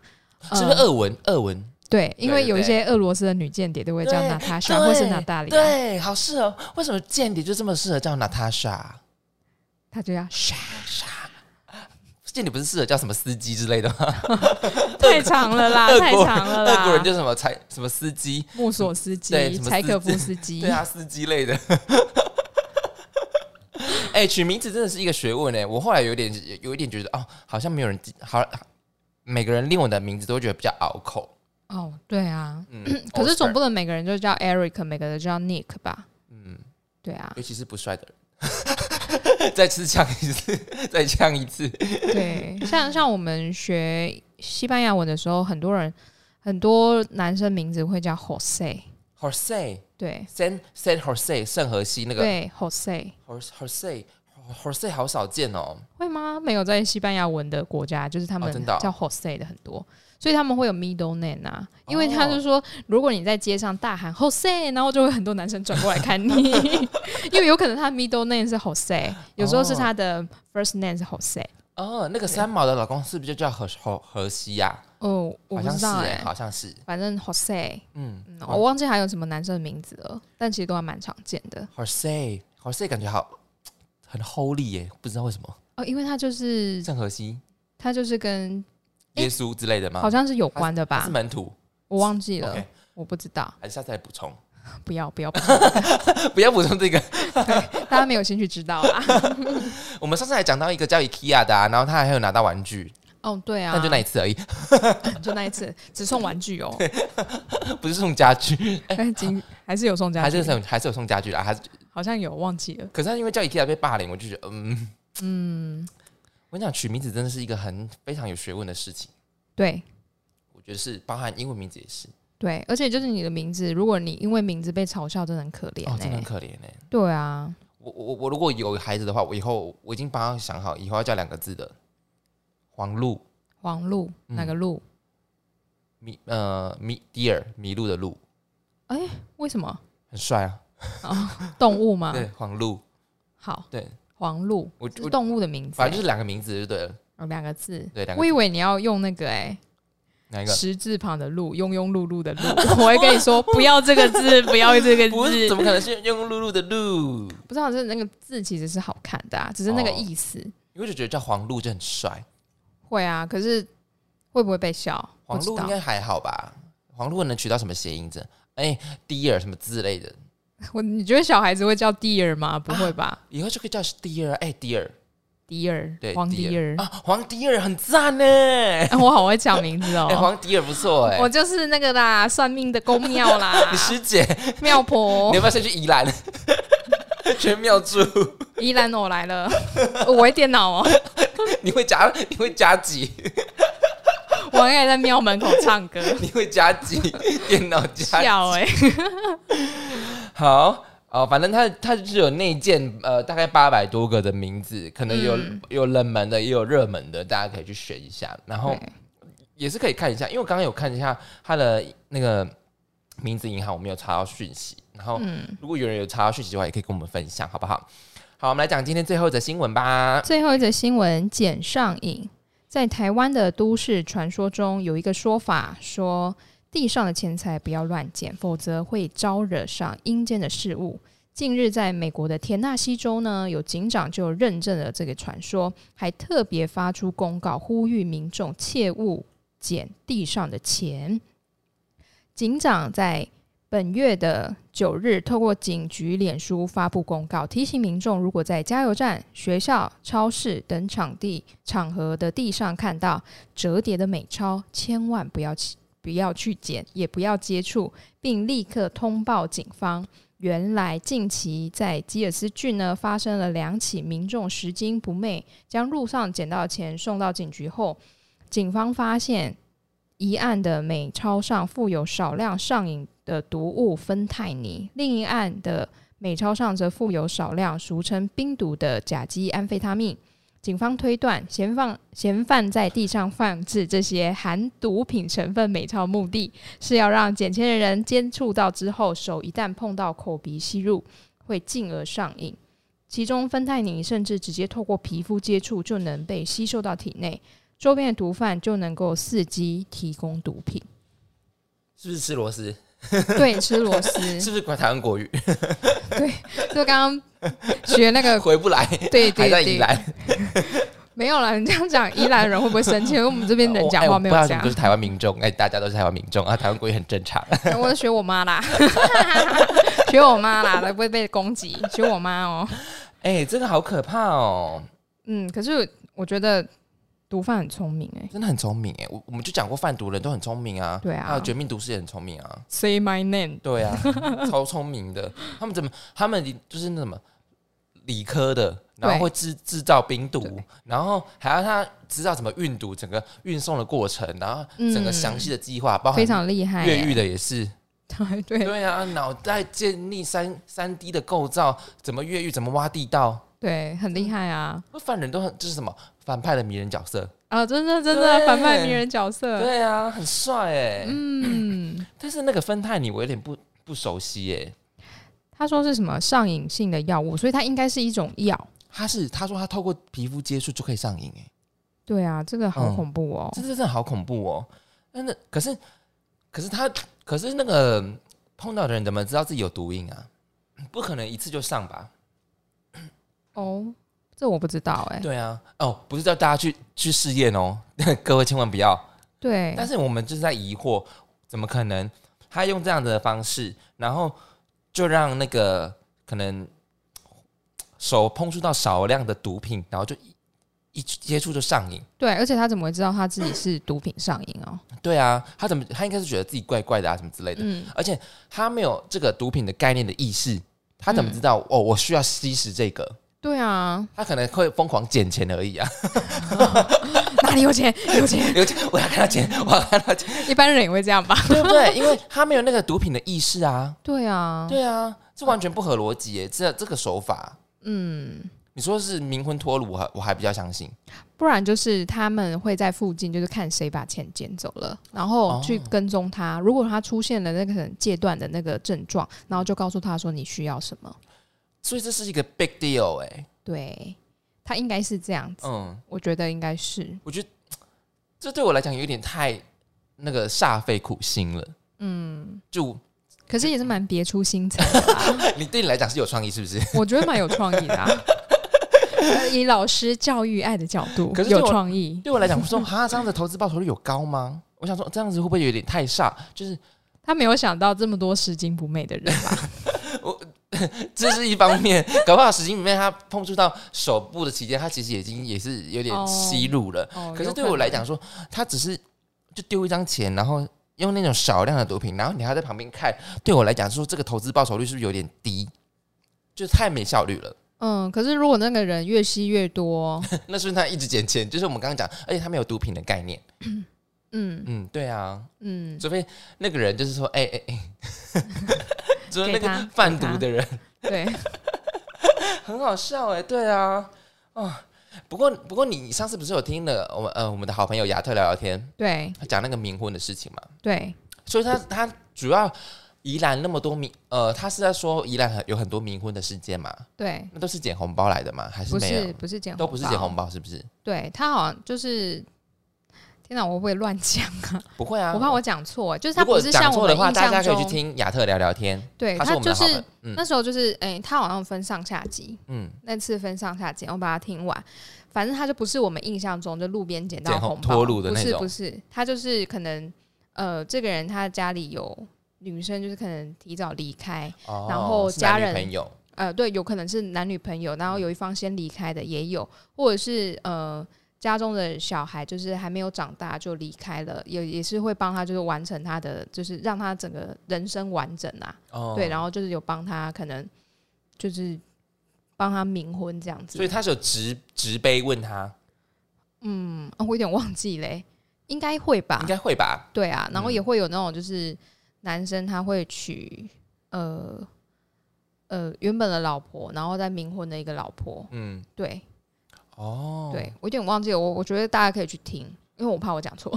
[SPEAKER 2] 呃
[SPEAKER 1] 是不是俄文？俄文
[SPEAKER 2] 对，因为
[SPEAKER 1] 对对
[SPEAKER 2] 有一些俄罗斯的女间谍都会叫
[SPEAKER 1] 对
[SPEAKER 2] 娜塔莎
[SPEAKER 1] 对
[SPEAKER 2] 或是娜大利亚，
[SPEAKER 1] 对，好适合。为什么间谍就这么适合叫娜塔莎？
[SPEAKER 2] 她就叫莎，
[SPEAKER 1] 间谍不是适合叫什么司机之类的吗？
[SPEAKER 2] 太长了啦，
[SPEAKER 1] 俄国
[SPEAKER 2] 啊太长了
[SPEAKER 1] 俄国人
[SPEAKER 2] 啦。
[SPEAKER 1] 就什么柴什么司机，
[SPEAKER 2] 穆索斯基
[SPEAKER 1] 对什、么
[SPEAKER 2] 柴可
[SPEAKER 1] 司
[SPEAKER 2] 夫斯基，
[SPEAKER 1] 对啊，司机类的。 哎、取名字真的是一个学问哎、我后来有点有一点觉得哦，好像没有人记，好，每个人念我的名字都会觉得比较拗口。
[SPEAKER 2] 哦，对啊。，
[SPEAKER 1] 嗯
[SPEAKER 2] 可是总
[SPEAKER 1] 不
[SPEAKER 2] 不能每个人就叫 Eric，每个人就叫 Nick 吧？
[SPEAKER 1] 嗯，
[SPEAKER 2] 对啊，
[SPEAKER 1] 尤其是不帅的人。 再次呛一次，再呛一次。
[SPEAKER 2] 对，像像我们学西班牙文的时候，很多人很多男生名字会叫 Jose，
[SPEAKER 1] Jose
[SPEAKER 2] 对
[SPEAKER 1] San San Jose 圣荷西那个
[SPEAKER 2] 对 Jose
[SPEAKER 1] Jose Jose Jose 好少见哦。
[SPEAKER 2] 会吗？没有在西班牙文的国家，就是他们
[SPEAKER 1] 哦真的哦
[SPEAKER 2] 叫 Jose 的很多，所以他们会有 middle name 啊，因为
[SPEAKER 1] 哦
[SPEAKER 2] 他就说，如果你在街上大喊 Jose，然后就会很多男生转过来看你， 因为有可能他的 middle name 是 Jose，有时候是
[SPEAKER 1] 哦
[SPEAKER 2] 他的 first name 是 Jose。
[SPEAKER 1] 哦，那个三毛的老公是不是就叫荷荷荷西呀？
[SPEAKER 2] 哦，我
[SPEAKER 1] 好
[SPEAKER 2] 不
[SPEAKER 1] 像
[SPEAKER 2] 知
[SPEAKER 1] 是
[SPEAKER 2] 道哎、
[SPEAKER 1] 哎，好像是。
[SPEAKER 2] 反正 Jose，
[SPEAKER 1] 嗯
[SPEAKER 2] 嗯，我忘记还有什么男生的名字了，但其实都还蛮常见的
[SPEAKER 1] ，Jose Jose 感觉好很 holy 耶，不知道为什么。
[SPEAKER 2] 哦，因为他就是
[SPEAKER 1] 圣荷西、
[SPEAKER 2] 他就是跟
[SPEAKER 1] 耶稣之类的吗
[SPEAKER 2] 好？像是啊有关的
[SPEAKER 1] 啊他
[SPEAKER 2] 吧
[SPEAKER 1] 是，门徒。
[SPEAKER 2] 我忘记了
[SPEAKER 1] OK，
[SPEAKER 2] 我不知道，
[SPEAKER 1] 还是下次来补充？
[SPEAKER 2] 不要不要，不要
[SPEAKER 1] 不要补充这个。
[SPEAKER 2] 大家没有兴趣知道啊。
[SPEAKER 1] 我们上次还讲到一个叫 IKEA 的、啊，然后他还有拿到玩具，
[SPEAKER 2] 哦，对啊，
[SPEAKER 1] 但就那一次而已，
[SPEAKER 2] 就那一次，只送玩具哦，
[SPEAKER 1] 不是送家具，哎
[SPEAKER 2] 但今 还是有送家
[SPEAKER 1] 还是
[SPEAKER 2] 具
[SPEAKER 1] 有，送还是有送家具啦。还是
[SPEAKER 2] 好像有忘记了。
[SPEAKER 1] 可是他因为叫 IKEA 被霸凌，我就觉得嗯嗯，我跟你讲，取名字真的是一个很非常有学问的事情。
[SPEAKER 2] 对
[SPEAKER 1] 我觉得是包含英文名字也是，
[SPEAKER 2] 对，而且就是你的名字，如果你因为名字被嘲笑，真的很可怜
[SPEAKER 1] 哦，真的
[SPEAKER 2] 哎、
[SPEAKER 1] 很可怜哎、
[SPEAKER 2] 对啊，
[SPEAKER 1] 我我我如果有孩子的话，我以后我已经帮他想好，以后要叫两个字的黄鹿
[SPEAKER 2] 黄鹿
[SPEAKER 1] 嗯
[SPEAKER 2] 哪个鹿？
[SPEAKER 1] 米呃米 deer 麋鹿的鹿，
[SPEAKER 2] 为什么
[SPEAKER 1] 很帅啊，
[SPEAKER 2] 动物吗？
[SPEAKER 1] 嗯对，黄鹿，
[SPEAKER 2] 好，
[SPEAKER 1] 对
[SPEAKER 2] 黄鹿
[SPEAKER 1] 我
[SPEAKER 2] 是
[SPEAKER 1] 我
[SPEAKER 2] 动物的名字、
[SPEAKER 1] 反正
[SPEAKER 2] 欸
[SPEAKER 1] 就，是两个名字就对了，
[SPEAKER 2] 有两个字。
[SPEAKER 1] 对，两
[SPEAKER 2] 我
[SPEAKER 1] 个
[SPEAKER 2] 以为你要用那个哎、
[SPEAKER 1] 哪一个？
[SPEAKER 2] 十字旁的路，庸庸 碌碌的路，我会跟你说不要这个字，不要这个
[SPEAKER 1] 不
[SPEAKER 2] 字
[SPEAKER 1] 是，。怎么可能是庸庸碌碌的路？
[SPEAKER 2] 不知道是那个字其实是好看的、啊，只是那个
[SPEAKER 1] 哦
[SPEAKER 2] 意思、
[SPEAKER 1] 因为就觉得叫黄鹿就很帅，
[SPEAKER 2] 会啊，可是会不会被笑？不
[SPEAKER 1] 黄
[SPEAKER 2] 知
[SPEAKER 1] 鹿应
[SPEAKER 2] 道，
[SPEAKER 1] 该还好吧？黄鹿能取到什么谐音字？哎、第二什么之类的，
[SPEAKER 2] 我你觉得小孩子会叫 dear 吗？不会吧、
[SPEAKER 1] 以后就可以叫是第二。哎、第二，
[SPEAKER 2] 迪 d e a
[SPEAKER 1] 对
[SPEAKER 2] r 黄
[SPEAKER 1] dear
[SPEAKER 2] 迪尔、
[SPEAKER 1] 啊，黄迪尔很赞呢。哎、
[SPEAKER 2] 啊我好会讲 名字哦、
[SPEAKER 1] 黄迪尔不错哎、
[SPEAKER 2] 我就是那个啦，算命的公庙啦，
[SPEAKER 1] 你师姐，
[SPEAKER 2] 庙婆
[SPEAKER 1] 你要不要先去宜兰？ 全庙祝，
[SPEAKER 2] 依兰我来了， 我会电脑哦、
[SPEAKER 1] 你会加你会加几？
[SPEAKER 2] 我还可以在庙门口唱歌，
[SPEAKER 1] 你会加 几？电脑加
[SPEAKER 2] 笑哎、
[SPEAKER 1] 好哦，反正它它就是有内建呃大概八百多个的名字，可能有、
[SPEAKER 2] 嗯
[SPEAKER 1] 有冷门的，也有热门的，大家可以去选一下，然后
[SPEAKER 2] 对
[SPEAKER 1] 也是可以看一下，因为我刚刚有看一下它的那个名字银行，我没有查到讯息，然后
[SPEAKER 2] 嗯，
[SPEAKER 1] 如果有人有查到讯息的话，也可以跟我们分享，好不好？好，我们来讲今天最后的新闻吧。
[SPEAKER 2] 最后一则新闻，简上瘾。在台湾的都市传说中，有一个说法说，地上的钱财不要乱捡，否则会招惹上阴间的事物。近日，在美国的田纳西州呢，有警长就认证了这个传说，还特别发出公告，呼吁民众切勿捡地上的钱。警长在本月的九日，透过警局脸书发布公告，提醒民众如果在加油站、学校、超市等场地场合的地上看到折叠的美钞，千万不要去不要去捡，也不要接触，并立刻通报警方。原来近期在吉尔斯郡呢发生了两起民众拾金不昧，将路上捡到的钱送到警局后，警方发现一案的美钞上附有少量上瘾的毒物芬太尼，另一案的美钞上则附有少量俗称冰毒的甲基安非他命。警方推断，嫌犯嫌犯在地上放置这些含毒品成分美钞，目的是要让捡钱的人接触到之后，手一旦碰到口鼻吸入，会进而上瘾。其中芬太尼甚至直接透过皮肤接触就能被吸收到体内，周边的毒贩就能够伺机提供毒品。
[SPEAKER 1] 是不是吃螺丝？
[SPEAKER 2] 对，吃螺
[SPEAKER 1] 是
[SPEAKER 2] 丝，
[SPEAKER 1] 不是管台湾国语
[SPEAKER 2] 就刚刚学那个，
[SPEAKER 1] 回不来？
[SPEAKER 2] 对
[SPEAKER 1] 还
[SPEAKER 2] 对
[SPEAKER 1] 在宜
[SPEAKER 2] 对，
[SPEAKER 1] 兰，
[SPEAKER 2] 没有啦，你这样讲，宜兰人会不会生气？因为我们这边人
[SPEAKER 1] 我
[SPEAKER 2] 讲
[SPEAKER 1] 哎我
[SPEAKER 2] 话
[SPEAKER 1] 不
[SPEAKER 2] 没
[SPEAKER 1] 知道
[SPEAKER 2] 有
[SPEAKER 1] 你
[SPEAKER 2] 这
[SPEAKER 1] 们
[SPEAKER 2] 样
[SPEAKER 1] 都，是台湾民众，哎，大家都是台湾民众啊，台湾国语很正常。
[SPEAKER 2] 啊我就学我妈 啦，学我妈啦，才不会被攻击，学我妈哦。
[SPEAKER 1] 哎，这个好可怕哦。
[SPEAKER 2] 嗯，可是我觉得毒贩很聪明哎、
[SPEAKER 1] 真的很聪明哎，我我们就讲过贩毒人都很聪明啊，
[SPEAKER 2] 对啊
[SPEAKER 1] 还有绝命毒师也很聪明啊，
[SPEAKER 2] s a y my name，
[SPEAKER 1] 对啊， 超聪明的。他们怎么？他们理就是那什么理科的，然后
[SPEAKER 2] 对
[SPEAKER 1] 会制制造冰毒，然后还要他知道怎么运毒，整个运送的过程，然后整个
[SPEAKER 2] 嗯
[SPEAKER 1] 详细的计划，包含
[SPEAKER 2] 非常厉害、
[SPEAKER 1] 哦越狱
[SPEAKER 2] 的，
[SPEAKER 1] 的也是，
[SPEAKER 2] 对 对
[SPEAKER 1] 对啊，脑袋建立三三 D 的构造，怎么越狱，怎么挖地道，
[SPEAKER 2] 对，很厉害啊！
[SPEAKER 1] 犯人都很就是什么反派的迷人角色，
[SPEAKER 2] 啊，真的真的
[SPEAKER 1] 对
[SPEAKER 2] 反派迷人角色，
[SPEAKER 1] 对啊，很帅哎，
[SPEAKER 2] 嗯，
[SPEAKER 1] 但是那个芬太尼我有点不不熟悉耶。
[SPEAKER 2] 他说是什么上瘾性的药物，所以它应该是一种药。
[SPEAKER 1] 他是他说他透过皮肤接触就可以上瘾哎，
[SPEAKER 2] 对啊，这个好
[SPEAKER 1] 嗯
[SPEAKER 2] 恐怖哦。
[SPEAKER 1] 这这真的好恐怖哦。但那可是可是他可是那个碰到的人怎么知道自己有毒瘾啊？不可能一次就上吧？
[SPEAKER 2] 哦，这我不知道哎、
[SPEAKER 1] 对啊，哦，不是叫大家去去试验哦， 各位千万不要。
[SPEAKER 2] 对，
[SPEAKER 1] 但是我们就是在疑惑，怎么可能他用这样的方式，然后就让那个可能手碰触到少量的毒品，然后就一一接触就上瘾。
[SPEAKER 2] 对，而且他怎么会知道他自己是毒品上瘾哦？
[SPEAKER 1] 对啊，他怎么他应该是觉得自己怪怪的啊，什么之类的，
[SPEAKER 2] 嗯，
[SPEAKER 1] 而且他没有这个毒品的概念的意识，他怎么知道、哦？我需要吸食这个，
[SPEAKER 2] 对啊，
[SPEAKER 1] 他可能会疯狂捡钱而已啊！
[SPEAKER 2] 哪里有钱有钱，
[SPEAKER 1] 有钱我要看到钱，我要看到钱，
[SPEAKER 2] 一般人也会这样吧？
[SPEAKER 1] 对不 对？因为他没有那个毒品的意识啊，
[SPEAKER 2] 对啊，
[SPEAKER 1] 对啊，这完全不合逻辑耶！这这个手法，
[SPEAKER 2] 嗯，
[SPEAKER 1] 你说是冥婚脱乳，我还我还比较相信。
[SPEAKER 2] 不然就是他们会在附近，就是看谁把钱捡走了，然后去
[SPEAKER 1] 哦
[SPEAKER 2] 跟踪他。如果他出现了那个很戒断的那个症状，然后就告诉他说你需要什么。
[SPEAKER 1] 所以这是一个 big deal 哎、
[SPEAKER 2] 对他应该是这样子，
[SPEAKER 1] 嗯，
[SPEAKER 2] 我觉得应该是
[SPEAKER 1] 我觉得这对我来讲有点太那个煞费苦心了。
[SPEAKER 2] 嗯，
[SPEAKER 1] 就
[SPEAKER 2] 可是也
[SPEAKER 1] 啊
[SPEAKER 2] 是蛮别出心裁的啦，
[SPEAKER 1] 你对你来讲是有创意，是不是？
[SPEAKER 2] 我觉得蛮有创意的、 啊。呃以老师教育爱的角度，
[SPEAKER 1] 可是对
[SPEAKER 2] 有
[SPEAKER 1] 我
[SPEAKER 2] 创意，
[SPEAKER 1] 对我来讲，我说哈，这样的投资报酬率有高吗？我想说这样子会不会有点太煞？就是
[SPEAKER 2] 他没有想到这么多拾金不昧的 人吧？
[SPEAKER 1] 这是一方 面，搞不好实际里面他碰触到手部的期间，他其实已经也是有点
[SPEAKER 2] 哦
[SPEAKER 1] 吸入了。
[SPEAKER 2] 哦
[SPEAKER 1] 可是对我来，讲说，他只是就丢一张钱，然后用那种少量的毒品，然后你还在旁边看，对我来讲说这个投资报酬率是不是有点低？就是太没效率了。
[SPEAKER 2] 有可能嗯，可是如果那个人越吸越多，
[SPEAKER 1] 那是不是他一直捡钱？就是我们刚刚讲，而且他没有毒品的概念。
[SPEAKER 2] 嗯
[SPEAKER 1] 嗯，对啊，
[SPEAKER 2] 嗯，
[SPEAKER 1] 除非那个人就是说，哎哎哎， 就是那
[SPEAKER 2] 给他
[SPEAKER 1] 个贩
[SPEAKER 2] 给他
[SPEAKER 1] 毒的人，
[SPEAKER 2] 对，
[SPEAKER 1] 很好笑哎、对啊，啊。不过，不过你上次不是有听了我们呃我们的好朋友亚特聊聊天，
[SPEAKER 2] 对
[SPEAKER 1] 讲那个冥婚的事情嘛？
[SPEAKER 2] 对，
[SPEAKER 1] 所以他他主要宜兰那么多冥呃，他是在说宜兰很有很多冥婚的事件嘛？
[SPEAKER 2] 对，
[SPEAKER 1] 那都是捡红包来的吗？还是
[SPEAKER 2] 不
[SPEAKER 1] 没
[SPEAKER 2] 是
[SPEAKER 1] 有？
[SPEAKER 2] 不是捡
[SPEAKER 1] 都不是捡红包，是不是？
[SPEAKER 2] 对他好像就是，天哪，我会不会乱讲啊？
[SPEAKER 1] 不会啊，
[SPEAKER 2] 我怕我讲错，就是他
[SPEAKER 1] 如
[SPEAKER 2] 不
[SPEAKER 1] 果
[SPEAKER 2] 是
[SPEAKER 1] 讲
[SPEAKER 2] 像
[SPEAKER 1] 错
[SPEAKER 2] 我
[SPEAKER 1] 的
[SPEAKER 2] 们
[SPEAKER 1] 话，
[SPEAKER 2] 印
[SPEAKER 1] 大家
[SPEAKER 2] 象
[SPEAKER 1] 可以
[SPEAKER 2] 中
[SPEAKER 1] 去，听亚特聊聊天。
[SPEAKER 2] 对
[SPEAKER 1] 他是我们
[SPEAKER 2] 就
[SPEAKER 1] 的好
[SPEAKER 2] 是
[SPEAKER 1] 朋。嗯
[SPEAKER 2] 那时候就是，哎、他好像分上下集，
[SPEAKER 1] 嗯，
[SPEAKER 2] 那次分上下集，我把它听完。反正他就不是我们印象中就路边捡到
[SPEAKER 1] 捡
[SPEAKER 2] 的
[SPEAKER 1] 红
[SPEAKER 2] 红包，
[SPEAKER 1] 脱路的那种
[SPEAKER 2] 不是不是，他就是可能呃，这个人他家里有女生，就是可能提早离开，
[SPEAKER 1] 哦
[SPEAKER 2] 然后
[SPEAKER 1] 是男
[SPEAKER 2] 家
[SPEAKER 1] 女
[SPEAKER 2] 人
[SPEAKER 1] 朋友，
[SPEAKER 2] 呃，对，有可能是男女朋友，
[SPEAKER 1] 嗯
[SPEAKER 2] 然后有一方先离开的也有，或者是呃家中的小孩就是还没有长大就离开了，也也是会帮他就是完成他的，就是让他整个人生完整啊，
[SPEAKER 1] 哦
[SPEAKER 2] 对，然后就是有帮他可能就是帮他冥婚这样子，
[SPEAKER 1] 所以他是有直直杯问他，
[SPEAKER 2] 嗯，啊我有点忘记嘞，应该会吧
[SPEAKER 1] 应？该会吧？
[SPEAKER 2] 对啊，然后
[SPEAKER 1] 嗯
[SPEAKER 2] 也会有那种就是男生他会娶呃呃原本的老婆，然后再冥婚的一个老婆。
[SPEAKER 1] 嗯，
[SPEAKER 2] 对
[SPEAKER 1] 哦，，
[SPEAKER 2] 对，我有点忘记了，我我觉得大家可以去听，因为我怕我讲 错，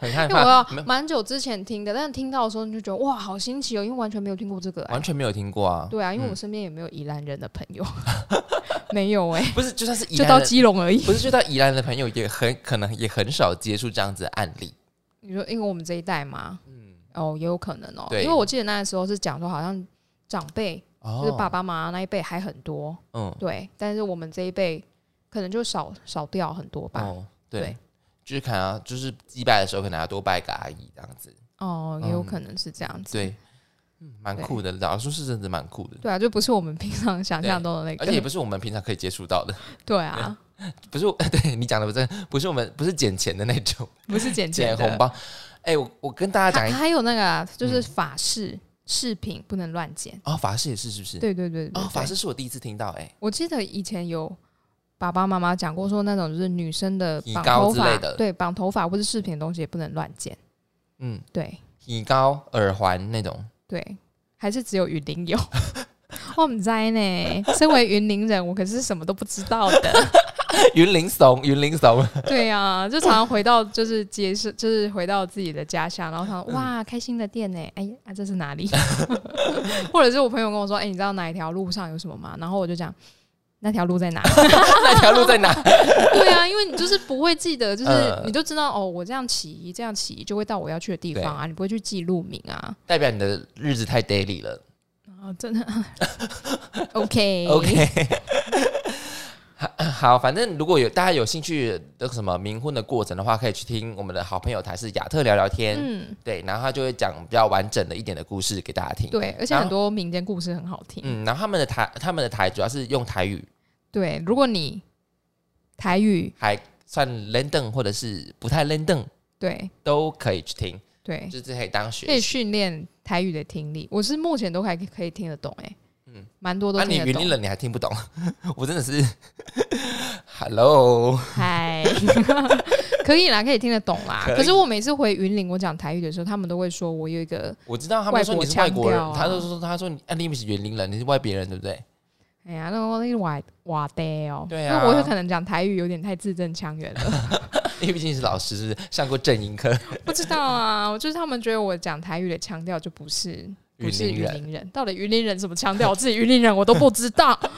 [SPEAKER 1] 很害
[SPEAKER 2] 因为我
[SPEAKER 1] 怕，
[SPEAKER 2] 要
[SPEAKER 1] 没有
[SPEAKER 2] 蛮久之前听的，但是听到的时候你就觉得哇，好新奇哦，因为完全没有听过这个、哎
[SPEAKER 1] 完全没有听过啊。
[SPEAKER 2] 对啊，因为我
[SPEAKER 1] 嗯
[SPEAKER 2] 身边也没有宜兰人的朋友， 没有哎、
[SPEAKER 1] 不是就算是宜
[SPEAKER 2] 就到
[SPEAKER 1] 兰的，
[SPEAKER 2] 基隆而已。
[SPEAKER 1] 不是就到宜兰的朋友也很可能也很少接触这样子的案例。
[SPEAKER 2] 你说因为我们这一代嘛，
[SPEAKER 1] 嗯，
[SPEAKER 2] 哦，也有可能哦，
[SPEAKER 1] 对
[SPEAKER 2] 因为我记得那时候是讲说，好像长辈、
[SPEAKER 1] 哦，
[SPEAKER 2] 就是爸，爸妈妈那一辈还很多，
[SPEAKER 1] 嗯，
[SPEAKER 2] 对，但是我们这一辈可能就少少掉很多吧。
[SPEAKER 1] 哦，对
[SPEAKER 2] 对，
[SPEAKER 1] 就是可能要就是祭拜的时候可能要多拜个阿姨这样子。
[SPEAKER 2] 哦，也有
[SPEAKER 1] 嗯
[SPEAKER 2] 可能是这样子。
[SPEAKER 1] 对，嗯，蛮
[SPEAKER 2] 对
[SPEAKER 1] 酷的，老实说是真的蛮酷的，
[SPEAKER 2] 对啊，就不是我们平常想
[SPEAKER 1] 对
[SPEAKER 2] 象中的那
[SPEAKER 1] 而且也
[SPEAKER 2] 个。
[SPEAKER 1] 不是我们平常可以接触到的，
[SPEAKER 2] 对啊，
[SPEAKER 1] 不是我 对你讲的不是不是我们不是捡钱的那 种
[SPEAKER 2] 不是捡
[SPEAKER 1] 捡
[SPEAKER 2] 钱
[SPEAKER 1] 红
[SPEAKER 2] 的。
[SPEAKER 1] 包。哎，我我跟大家讲
[SPEAKER 2] 还
[SPEAKER 1] 一嗯
[SPEAKER 2] 还有那个啊就是法式饰品不能乱捡。
[SPEAKER 1] 哦，法师也是是不是？
[SPEAKER 2] 对对对对
[SPEAKER 1] 哦，
[SPEAKER 2] 对
[SPEAKER 1] 法师是我第一次听到，哎，
[SPEAKER 2] 我记得以前有爸爸妈妈讲过，说那种就是女生的
[SPEAKER 1] 提
[SPEAKER 2] 绑
[SPEAKER 1] 高
[SPEAKER 2] 头
[SPEAKER 1] 之
[SPEAKER 2] 发
[SPEAKER 1] 类，的
[SPEAKER 2] 对，绑头发或是饰品的东西也不能乱捡。
[SPEAKER 1] 嗯，
[SPEAKER 2] 对，
[SPEAKER 1] 米高耳环那种，
[SPEAKER 2] 对，还是只有云林有。 我唔知呢，身为云林人，我可是什么都不知道的。
[SPEAKER 1] 云林怂，云林怂，
[SPEAKER 2] 对啊，就常常回到就是街市，就是回到自己的家乡，然后常常哇，开心的店呢，哎呀，啊这是哪里？ 或者是我朋友跟我说，哎、你知道哪一条路上有什么吗？然后我就讲那条路在哪？
[SPEAKER 1] 那条路在哪？
[SPEAKER 2] 对啊，因为你就是不会记得，就是、
[SPEAKER 1] 呃
[SPEAKER 2] 你就知道哦，我这样骑，这样骑就会到我要去的地方啊，你不会去记路名啊。
[SPEAKER 1] 代表你的日子太 daily 了。
[SPEAKER 2] 啊，真的 ，OK
[SPEAKER 1] OK，好好，反正如果有大家有兴趣的什么冥婚的过程的话，可以去听我们的好朋友台是亚特聊聊天，
[SPEAKER 2] 嗯。
[SPEAKER 1] 对，然后他就会讲比较完整的一点的故事给大家听。
[SPEAKER 2] 对，而且
[SPEAKER 1] 然
[SPEAKER 2] 很
[SPEAKER 1] 后
[SPEAKER 2] 多民间故事很好听。
[SPEAKER 1] 嗯，然后他们的台他们的台主要是用台语，
[SPEAKER 2] 对，如果你台语，
[SPEAKER 1] 还算 random 或者是不太 random
[SPEAKER 2] 对
[SPEAKER 1] 都可以去听，
[SPEAKER 2] 对，
[SPEAKER 1] 就是可以当学
[SPEAKER 2] 可以
[SPEAKER 1] 习。
[SPEAKER 2] 训练台语的听力。我是目前都还可以听得懂、欸，哎，
[SPEAKER 1] 嗯
[SPEAKER 2] 嗯，蛮多
[SPEAKER 1] 啊，
[SPEAKER 2] 都
[SPEAKER 1] 你
[SPEAKER 2] 听得
[SPEAKER 1] 云林
[SPEAKER 2] 懂。
[SPEAKER 1] 人你还听不懂， 我真的是 ，Hello，
[SPEAKER 2] 嗨、 可以啦，可以听得懂啦。
[SPEAKER 1] 可以
[SPEAKER 2] 可是我每次回云林，我讲台语的时候，他们都会说我有一个，
[SPEAKER 1] 我知道他们说你是外国人，
[SPEAKER 2] 外国腔调啊
[SPEAKER 1] 他就说他说你，啊，你不是园林人，你是外别人，对不对？
[SPEAKER 2] 哎呀，那个那个瓦瓦呆哦，
[SPEAKER 1] 对
[SPEAKER 2] 因
[SPEAKER 1] 啊
[SPEAKER 2] 为我有可能讲台语有点太字正腔圆 了，
[SPEAKER 1] 因为毕竟你是老师，是不是上过正音课？
[SPEAKER 2] 不知道啊。我就是他们觉得我讲台语的腔调就不是不
[SPEAKER 1] 云
[SPEAKER 2] 是
[SPEAKER 1] 林
[SPEAKER 2] 云
[SPEAKER 1] 人，
[SPEAKER 2] 林人，到底云林人什么腔调？我自己云林人我都不知道。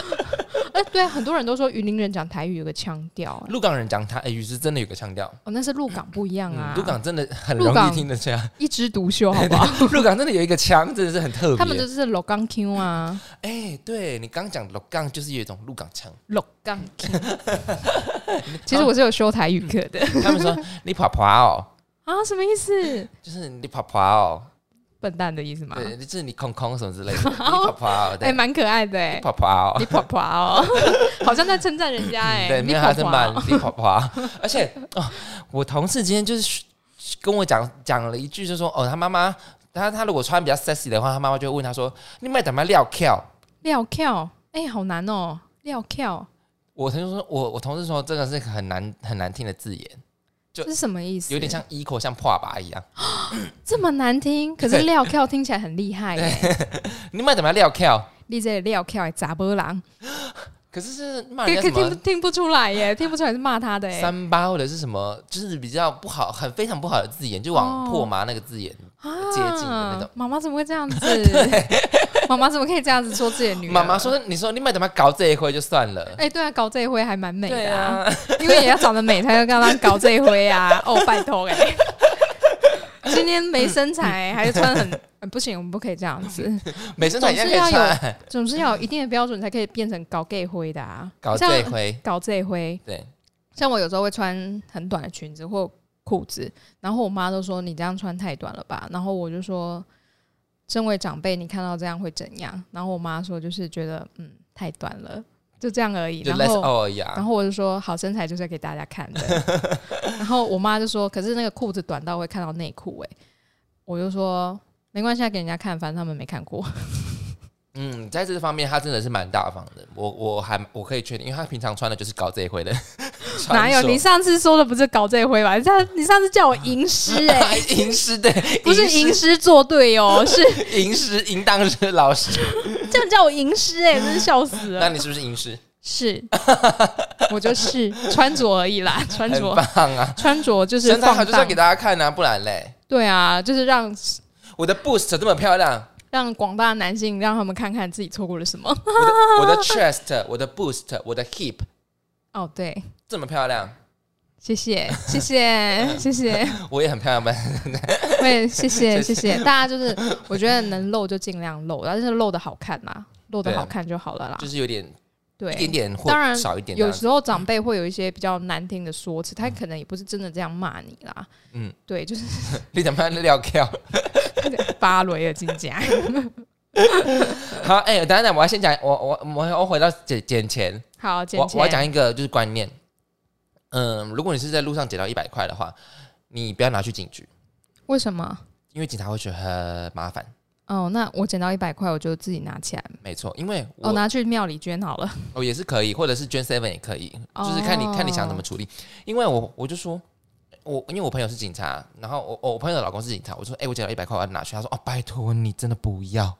[SPEAKER 2] 哎，对，很多人都说云林人讲台语有个腔调、哎
[SPEAKER 1] 鹿港人讲台语是真的有个腔调，
[SPEAKER 2] 哦，那是鹿港不一样啊
[SPEAKER 1] 嗯，，鹿港真的很
[SPEAKER 2] 鹿
[SPEAKER 1] 容
[SPEAKER 2] 港
[SPEAKER 1] 易听得这样。
[SPEAKER 2] 一枝独秀，好 不好？
[SPEAKER 1] 鹿港真的有一个腔，真的是很特别。
[SPEAKER 2] 他们就是鹿港腔啊，
[SPEAKER 1] 哎、对你刚讲鹿港就是有一种 鹿港腔，
[SPEAKER 2] 鹿港腔。 其实我是有修台语课的
[SPEAKER 1] 他们说你爬爬哦，
[SPEAKER 2] 啊，什么意思？
[SPEAKER 1] 就是你爬爬哦，
[SPEAKER 2] 笨蛋的意思吗？
[SPEAKER 1] 对，就是你空空什么之类的， 你爬爬哦，
[SPEAKER 2] 哎，
[SPEAKER 1] 对，
[SPEAKER 2] 蛮可爱的哎
[SPEAKER 1] 你，爬爬哦
[SPEAKER 2] 你。婆婆哦， 好像在称赞人家哎，
[SPEAKER 1] 嗯对，没
[SPEAKER 2] 你
[SPEAKER 1] 有
[SPEAKER 2] 婆
[SPEAKER 1] 他是
[SPEAKER 2] 婆
[SPEAKER 1] 蛮
[SPEAKER 2] 哦
[SPEAKER 1] 你跑跑啊，而且哦，我同事今天就是跟我讲讲了一句，就说哦，他妈妈，他他如果穿比较 sexy 的话，他妈妈就会问他说，你买怎么料跳？
[SPEAKER 2] 料跳，哎，好难哦，料跳
[SPEAKER 1] 我同事说，我我同事说这个是很难很难听的字眼，
[SPEAKER 2] 这是什么意思？
[SPEAKER 1] 有点像 equal 像破拔一样，
[SPEAKER 2] 这么难听，可是料跳听起来很厉害哎，
[SPEAKER 1] 你买怎么料跳？
[SPEAKER 2] 你这料跳哎，杂波郎，
[SPEAKER 1] 可是是骂
[SPEAKER 2] 可
[SPEAKER 1] 啊人
[SPEAKER 2] 可
[SPEAKER 1] 家什
[SPEAKER 2] 听不
[SPEAKER 1] 么
[SPEAKER 2] 听不出来耶，听不出来是骂他的哎
[SPEAKER 1] 三八或者是什么，就是比较不好，很非常不好的字眼，就往
[SPEAKER 2] 哦
[SPEAKER 1] 破麻那个字眼。接近的那种
[SPEAKER 2] 啊！妈妈怎么会这 样子？妈妈怎么可以这样子说自己的女儿？
[SPEAKER 1] 妈妈说，你说你买怎么搞这一回就算了，
[SPEAKER 2] 哎、对啊，搞这一回还蛮美
[SPEAKER 1] 对
[SPEAKER 2] 的、
[SPEAKER 1] 啊。
[SPEAKER 2] 因为也要长得美才要跟他搞这一回啊！哦，拜托哎、今天没身材、还穿很、呃不行，我们不可以这样子，
[SPEAKER 1] 美身材一样可以
[SPEAKER 2] 总是要有
[SPEAKER 1] 穿，
[SPEAKER 2] 总是要有一定的标准才可以变成搞 gay 灰的啊！
[SPEAKER 1] 搞这一
[SPEAKER 2] 像
[SPEAKER 1] 回，
[SPEAKER 2] 搞这一回，
[SPEAKER 1] 对，
[SPEAKER 2] 像我有时候会穿很短的裙子或裤子，然后我妈都说你这样穿太短了吧，然后我就说，身为长辈，你看到这样会怎样？然后我妈说就是觉得嗯太短了，就这样而已。
[SPEAKER 1] 就
[SPEAKER 2] 然
[SPEAKER 1] less
[SPEAKER 2] 后
[SPEAKER 1] all
[SPEAKER 2] 然
[SPEAKER 1] 呀。
[SPEAKER 2] 后我就说，好身材就是要给大家看的。 然后我妈就说，可是那个裤子短到会看到内裤哎。我就说没关系，啊，给人家看，反正他们没看 过。
[SPEAKER 1] 嗯，在这方面他真的是蛮大方的，我我还我可以确定，因为他平常穿的就是搞这一回的 穿着。
[SPEAKER 2] 哪有？你上次说的不是搞这一回吧？你上你上次叫我吟 诗哎、
[SPEAKER 1] 还吟诗对，
[SPEAKER 2] 不是吟诗作对 哦，是
[SPEAKER 1] 诗吟诗淫荡是老 师，
[SPEAKER 2] 这样叫我吟诗哎、真是笑死
[SPEAKER 1] 那
[SPEAKER 2] 了。
[SPEAKER 1] 你是不是吟诗？
[SPEAKER 2] 是，我就是穿着而已啦，穿
[SPEAKER 1] 很
[SPEAKER 2] 着
[SPEAKER 1] 棒啊！
[SPEAKER 2] 穿着 就是
[SPEAKER 1] 身材好
[SPEAKER 2] 放
[SPEAKER 1] 就是要给
[SPEAKER 2] 荡，
[SPEAKER 1] 大家看啊，不然嘞，
[SPEAKER 2] 对啊，就是让
[SPEAKER 1] 我的 boost 这么漂亮，
[SPEAKER 2] 让广大男性让他们看看自己错过了什么。
[SPEAKER 1] 我的 chest，我的 boost，我的 hip
[SPEAKER 2] 哦，对，
[SPEAKER 1] 这么漂亮，
[SPEAKER 2] 谢 谢，谢谢，谢谢，
[SPEAKER 1] 我也很漂亮吧？
[SPEAKER 2] 我也谢谢，谢谢大家。就是我觉得能露就尽量露，但是露的好看啦，露的
[SPEAKER 1] 对啊
[SPEAKER 2] 好看就好了啦
[SPEAKER 1] 就。是有点一点
[SPEAKER 2] 对，
[SPEAKER 1] 点或
[SPEAKER 2] 当然
[SPEAKER 1] 少一点这啊
[SPEAKER 2] 有
[SPEAKER 1] 样子，
[SPEAKER 2] 时候长辈会有一些比较难听的说辞，他可能也不是真的这样骂你啦。
[SPEAKER 1] 嗯
[SPEAKER 2] 嗯，对，就是
[SPEAKER 1] 你怎么聊 跳？
[SPEAKER 2] 芭蕾的金甲。
[SPEAKER 1] 好，哎、等等，我要先讲，我我我要回到捡捡钱，
[SPEAKER 2] 好，简
[SPEAKER 1] 我我要
[SPEAKER 2] 简
[SPEAKER 1] 讲一个就是观念，嗯，如果你是在路上捡到一百块的话，你不要拿去警局，
[SPEAKER 2] 为什么？
[SPEAKER 1] 因为警察会觉得很麻烦。
[SPEAKER 2] 哦，那我捡到一百块，我就自己拿起来。
[SPEAKER 1] 没错，因为我
[SPEAKER 2] 哦，拿去庙里 捐好了。
[SPEAKER 1] 我也是可以，或者是捐 seven 也可以，就是看你、
[SPEAKER 2] 哦
[SPEAKER 1] 看你想怎么处理。因为我我就说，我因为我朋友是警察，然后我我我朋友的老公是警察，我说，哎、我捡到一百块，我要拿去。他说，哦，拜托你真的不要。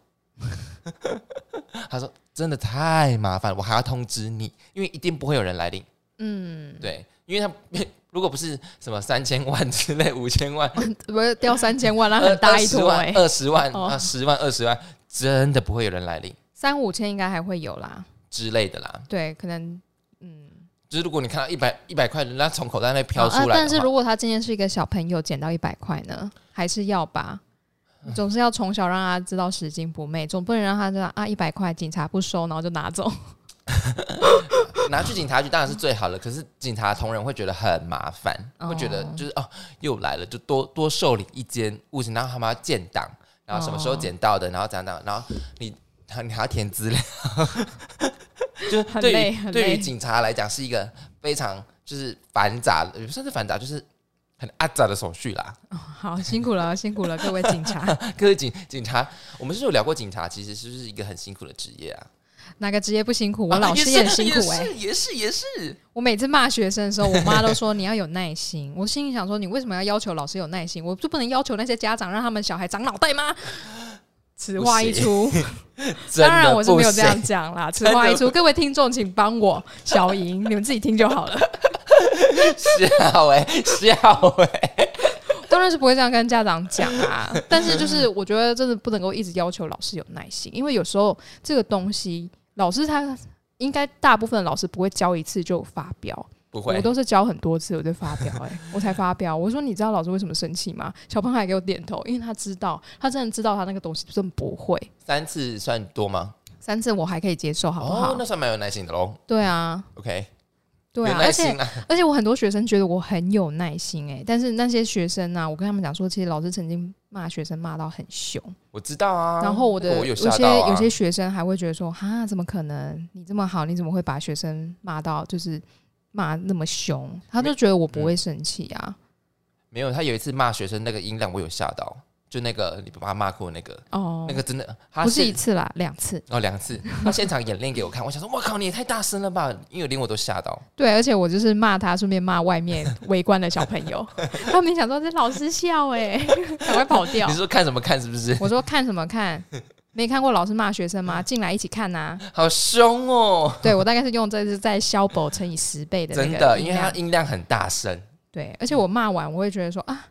[SPEAKER 1] 他说真的太麻烦，我还要通知你，因为一定不会有人来领。
[SPEAKER 2] 嗯，
[SPEAKER 1] 对，因为他 如果不是什么三千万之类、五千万、
[SPEAKER 2] 不是掉三千万，那
[SPEAKER 1] 二
[SPEAKER 2] 很大一
[SPEAKER 1] 十
[SPEAKER 2] 坨
[SPEAKER 1] 万
[SPEAKER 2] 哎、、
[SPEAKER 1] 二十万
[SPEAKER 2] 哦
[SPEAKER 1] 啊、十万、二十万，真的不会有人来领
[SPEAKER 2] 三五千应该还会有啦。
[SPEAKER 1] 之类的啦。
[SPEAKER 2] 对，可能嗯。
[SPEAKER 1] 就是如果你看到一百一百块，人家从口袋那飘出来的话、
[SPEAKER 2] 啊但是如果他今天是一个小朋友，捡到一百块呢，还是 要吧？总是要从小让他知道拾金不昧，总不能让他知道啊一百块警察不收，然后就拿走。
[SPEAKER 1] 拿去警察局当然是最好的，可是警察同仁会觉得很麻烦，
[SPEAKER 2] 哦
[SPEAKER 1] 会觉得就是哦又来了，就多多受理一间物品，然后他们要建档，然后什么时候捡到的，然后怎样怎样，然后你你还要填资料， 就是
[SPEAKER 2] 很
[SPEAKER 1] 对
[SPEAKER 2] 累
[SPEAKER 1] 于
[SPEAKER 2] 很
[SPEAKER 1] 对于
[SPEAKER 2] 累
[SPEAKER 1] 警察来讲是一个非常就是繁杂，也不算是繁杂，就是很阿杂的手续啦。
[SPEAKER 2] 哦、好辛苦了，辛苦了，各位警察，
[SPEAKER 1] 各位警警察，我们是有聊过警察，其实是不是一个很辛苦的职业啊？
[SPEAKER 2] 哪个职业不辛苦？我
[SPEAKER 1] 啊
[SPEAKER 2] 老师也很辛苦哎、
[SPEAKER 1] 也是也是也是也是
[SPEAKER 2] 我每次骂学生的时候，我妈都说你要有耐心。我心里想说，你为什么要要求老师有耐心？我就不能要求那些家长让他们小孩长脑袋吗？此话一出，
[SPEAKER 1] 真
[SPEAKER 2] 当然
[SPEAKER 1] 的
[SPEAKER 2] 我是没有这
[SPEAKER 1] 不
[SPEAKER 2] 样
[SPEAKER 1] 行，
[SPEAKER 2] 讲啦。此
[SPEAKER 1] 真的
[SPEAKER 2] 话一
[SPEAKER 1] 不
[SPEAKER 2] 出，各位听众请帮我小莹，你们自己听就好了。
[SPEAKER 1] 笑哎、 笑哎、
[SPEAKER 2] 当然是不会这样跟家长讲 啊，但是就是我觉得真的不能够一直要求老师有耐心，因为有时候这个东西老师他应该大部分老师不会教一次就发飙，
[SPEAKER 1] 不会
[SPEAKER 2] 我，都是教很多次我就发飙、欸，哎，我才发飙。我说你知道老师为什么生气吗？小胖还给我点头，因为他知道，他真的知道他那个东西真的不会。
[SPEAKER 1] 三次算多吗？
[SPEAKER 2] 三次我还可以接受，好不好？
[SPEAKER 1] 哦，那算蛮有耐心的喽。
[SPEAKER 2] 对啊，
[SPEAKER 1] OK，
[SPEAKER 2] 对
[SPEAKER 1] 有
[SPEAKER 2] 啊，
[SPEAKER 1] 耐
[SPEAKER 2] 而且
[SPEAKER 1] 心啊，
[SPEAKER 2] 而且我很多学生觉得我很有耐心哎、但是那些学生呢、我跟他们讲说，其实老师曾经骂学生骂到很凶，
[SPEAKER 1] 我知道啊。
[SPEAKER 2] 然后我的
[SPEAKER 1] 那个我有吓
[SPEAKER 2] 些
[SPEAKER 1] 到啊
[SPEAKER 2] 有些学生还会觉得说，哈，怎么可能？你这么好，你怎么会把学生骂到就是骂那么凶？他就觉得我不
[SPEAKER 1] 嗯
[SPEAKER 2] 会生气啊。
[SPEAKER 1] 没有，他有一次骂学生那个音量，我有吓到，就那个你把他骂过那个，
[SPEAKER 2] 哦，
[SPEAKER 1] 那个真的，他
[SPEAKER 2] 不是一次啦，两次。
[SPEAKER 1] 哦两次，他现场演练给我看，我想说，我靠，你也太大声了吧，因为连我都吓到。
[SPEAKER 2] 对，而且我就是骂他，顺便骂外 面围观的小朋友， 他们想说这老师笑哎、赶快跑掉
[SPEAKER 1] 你。是说看什么看是不是？
[SPEAKER 2] 我说看什么看？没看过老师骂学生吗？进来一起看呐、
[SPEAKER 1] 好凶哦，
[SPEAKER 2] 对我大概是用这是在消薄乘以十倍的那
[SPEAKER 1] 真
[SPEAKER 2] 个
[SPEAKER 1] 的，
[SPEAKER 2] 音
[SPEAKER 1] 因为他
[SPEAKER 2] 量
[SPEAKER 1] 音量很大声，
[SPEAKER 2] 对，
[SPEAKER 1] 嗯
[SPEAKER 2] 而且我骂完我会觉得说啊，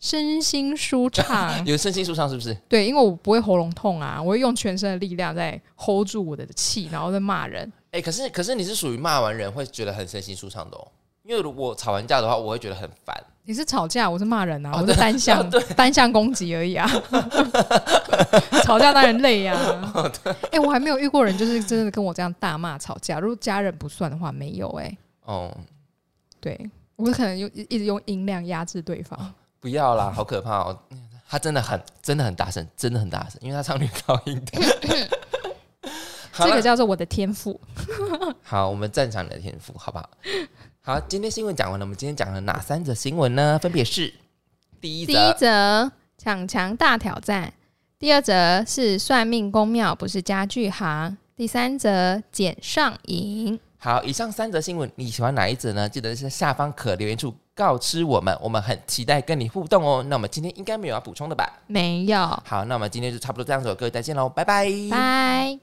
[SPEAKER 2] 身心舒畅。
[SPEAKER 1] 有身心舒畅是不是？
[SPEAKER 2] 对，因为我不会喉咙痛啊，我会用全身的力量在 hold 住我的气，然后再骂人。
[SPEAKER 1] 哎、可是可是你是属于骂完人会觉得很身心舒畅的哦，因为如果吵完架的话，我会觉得很烦。
[SPEAKER 2] 你是吵架，我是骂人啊，
[SPEAKER 1] 哦
[SPEAKER 2] 我是单向、
[SPEAKER 1] 对
[SPEAKER 2] 单向攻击而已啊。 吵架当然 累啊。
[SPEAKER 1] 哦
[SPEAKER 2] 哎、我还没有遇过人就是真的跟我这样大骂吵架，如果家人不算的话，没有哎、
[SPEAKER 1] 哦、
[SPEAKER 2] 对我可能用一直用音量压制对方。
[SPEAKER 1] 不要啦， 好可怕哦！他真的很真的很大声，真的很大声，因为他唱女高音的。 好
[SPEAKER 2] 这
[SPEAKER 1] 啦
[SPEAKER 2] 个叫做我的天赋。
[SPEAKER 1] 好，我们赞赏你的天赋，好 不好？好，今天新闻讲完了，我们今天讲了哪三则新闻呢？分别是第一
[SPEAKER 2] 第一
[SPEAKER 1] 则，
[SPEAKER 2] 则抢墙大挑战，第二则是算命公庙不是家具行，第三则简上瘾。
[SPEAKER 1] 好，以上三则新闻，你喜欢哪一则呢？记得在下方可留言处告知我们，我们很期待跟你互动哦。那我们今天应该没有要补充的吧？
[SPEAKER 2] 没有，
[SPEAKER 1] 好，那我们今天就差不多这样子了，各位再见喽，拜拜，
[SPEAKER 2] 拜。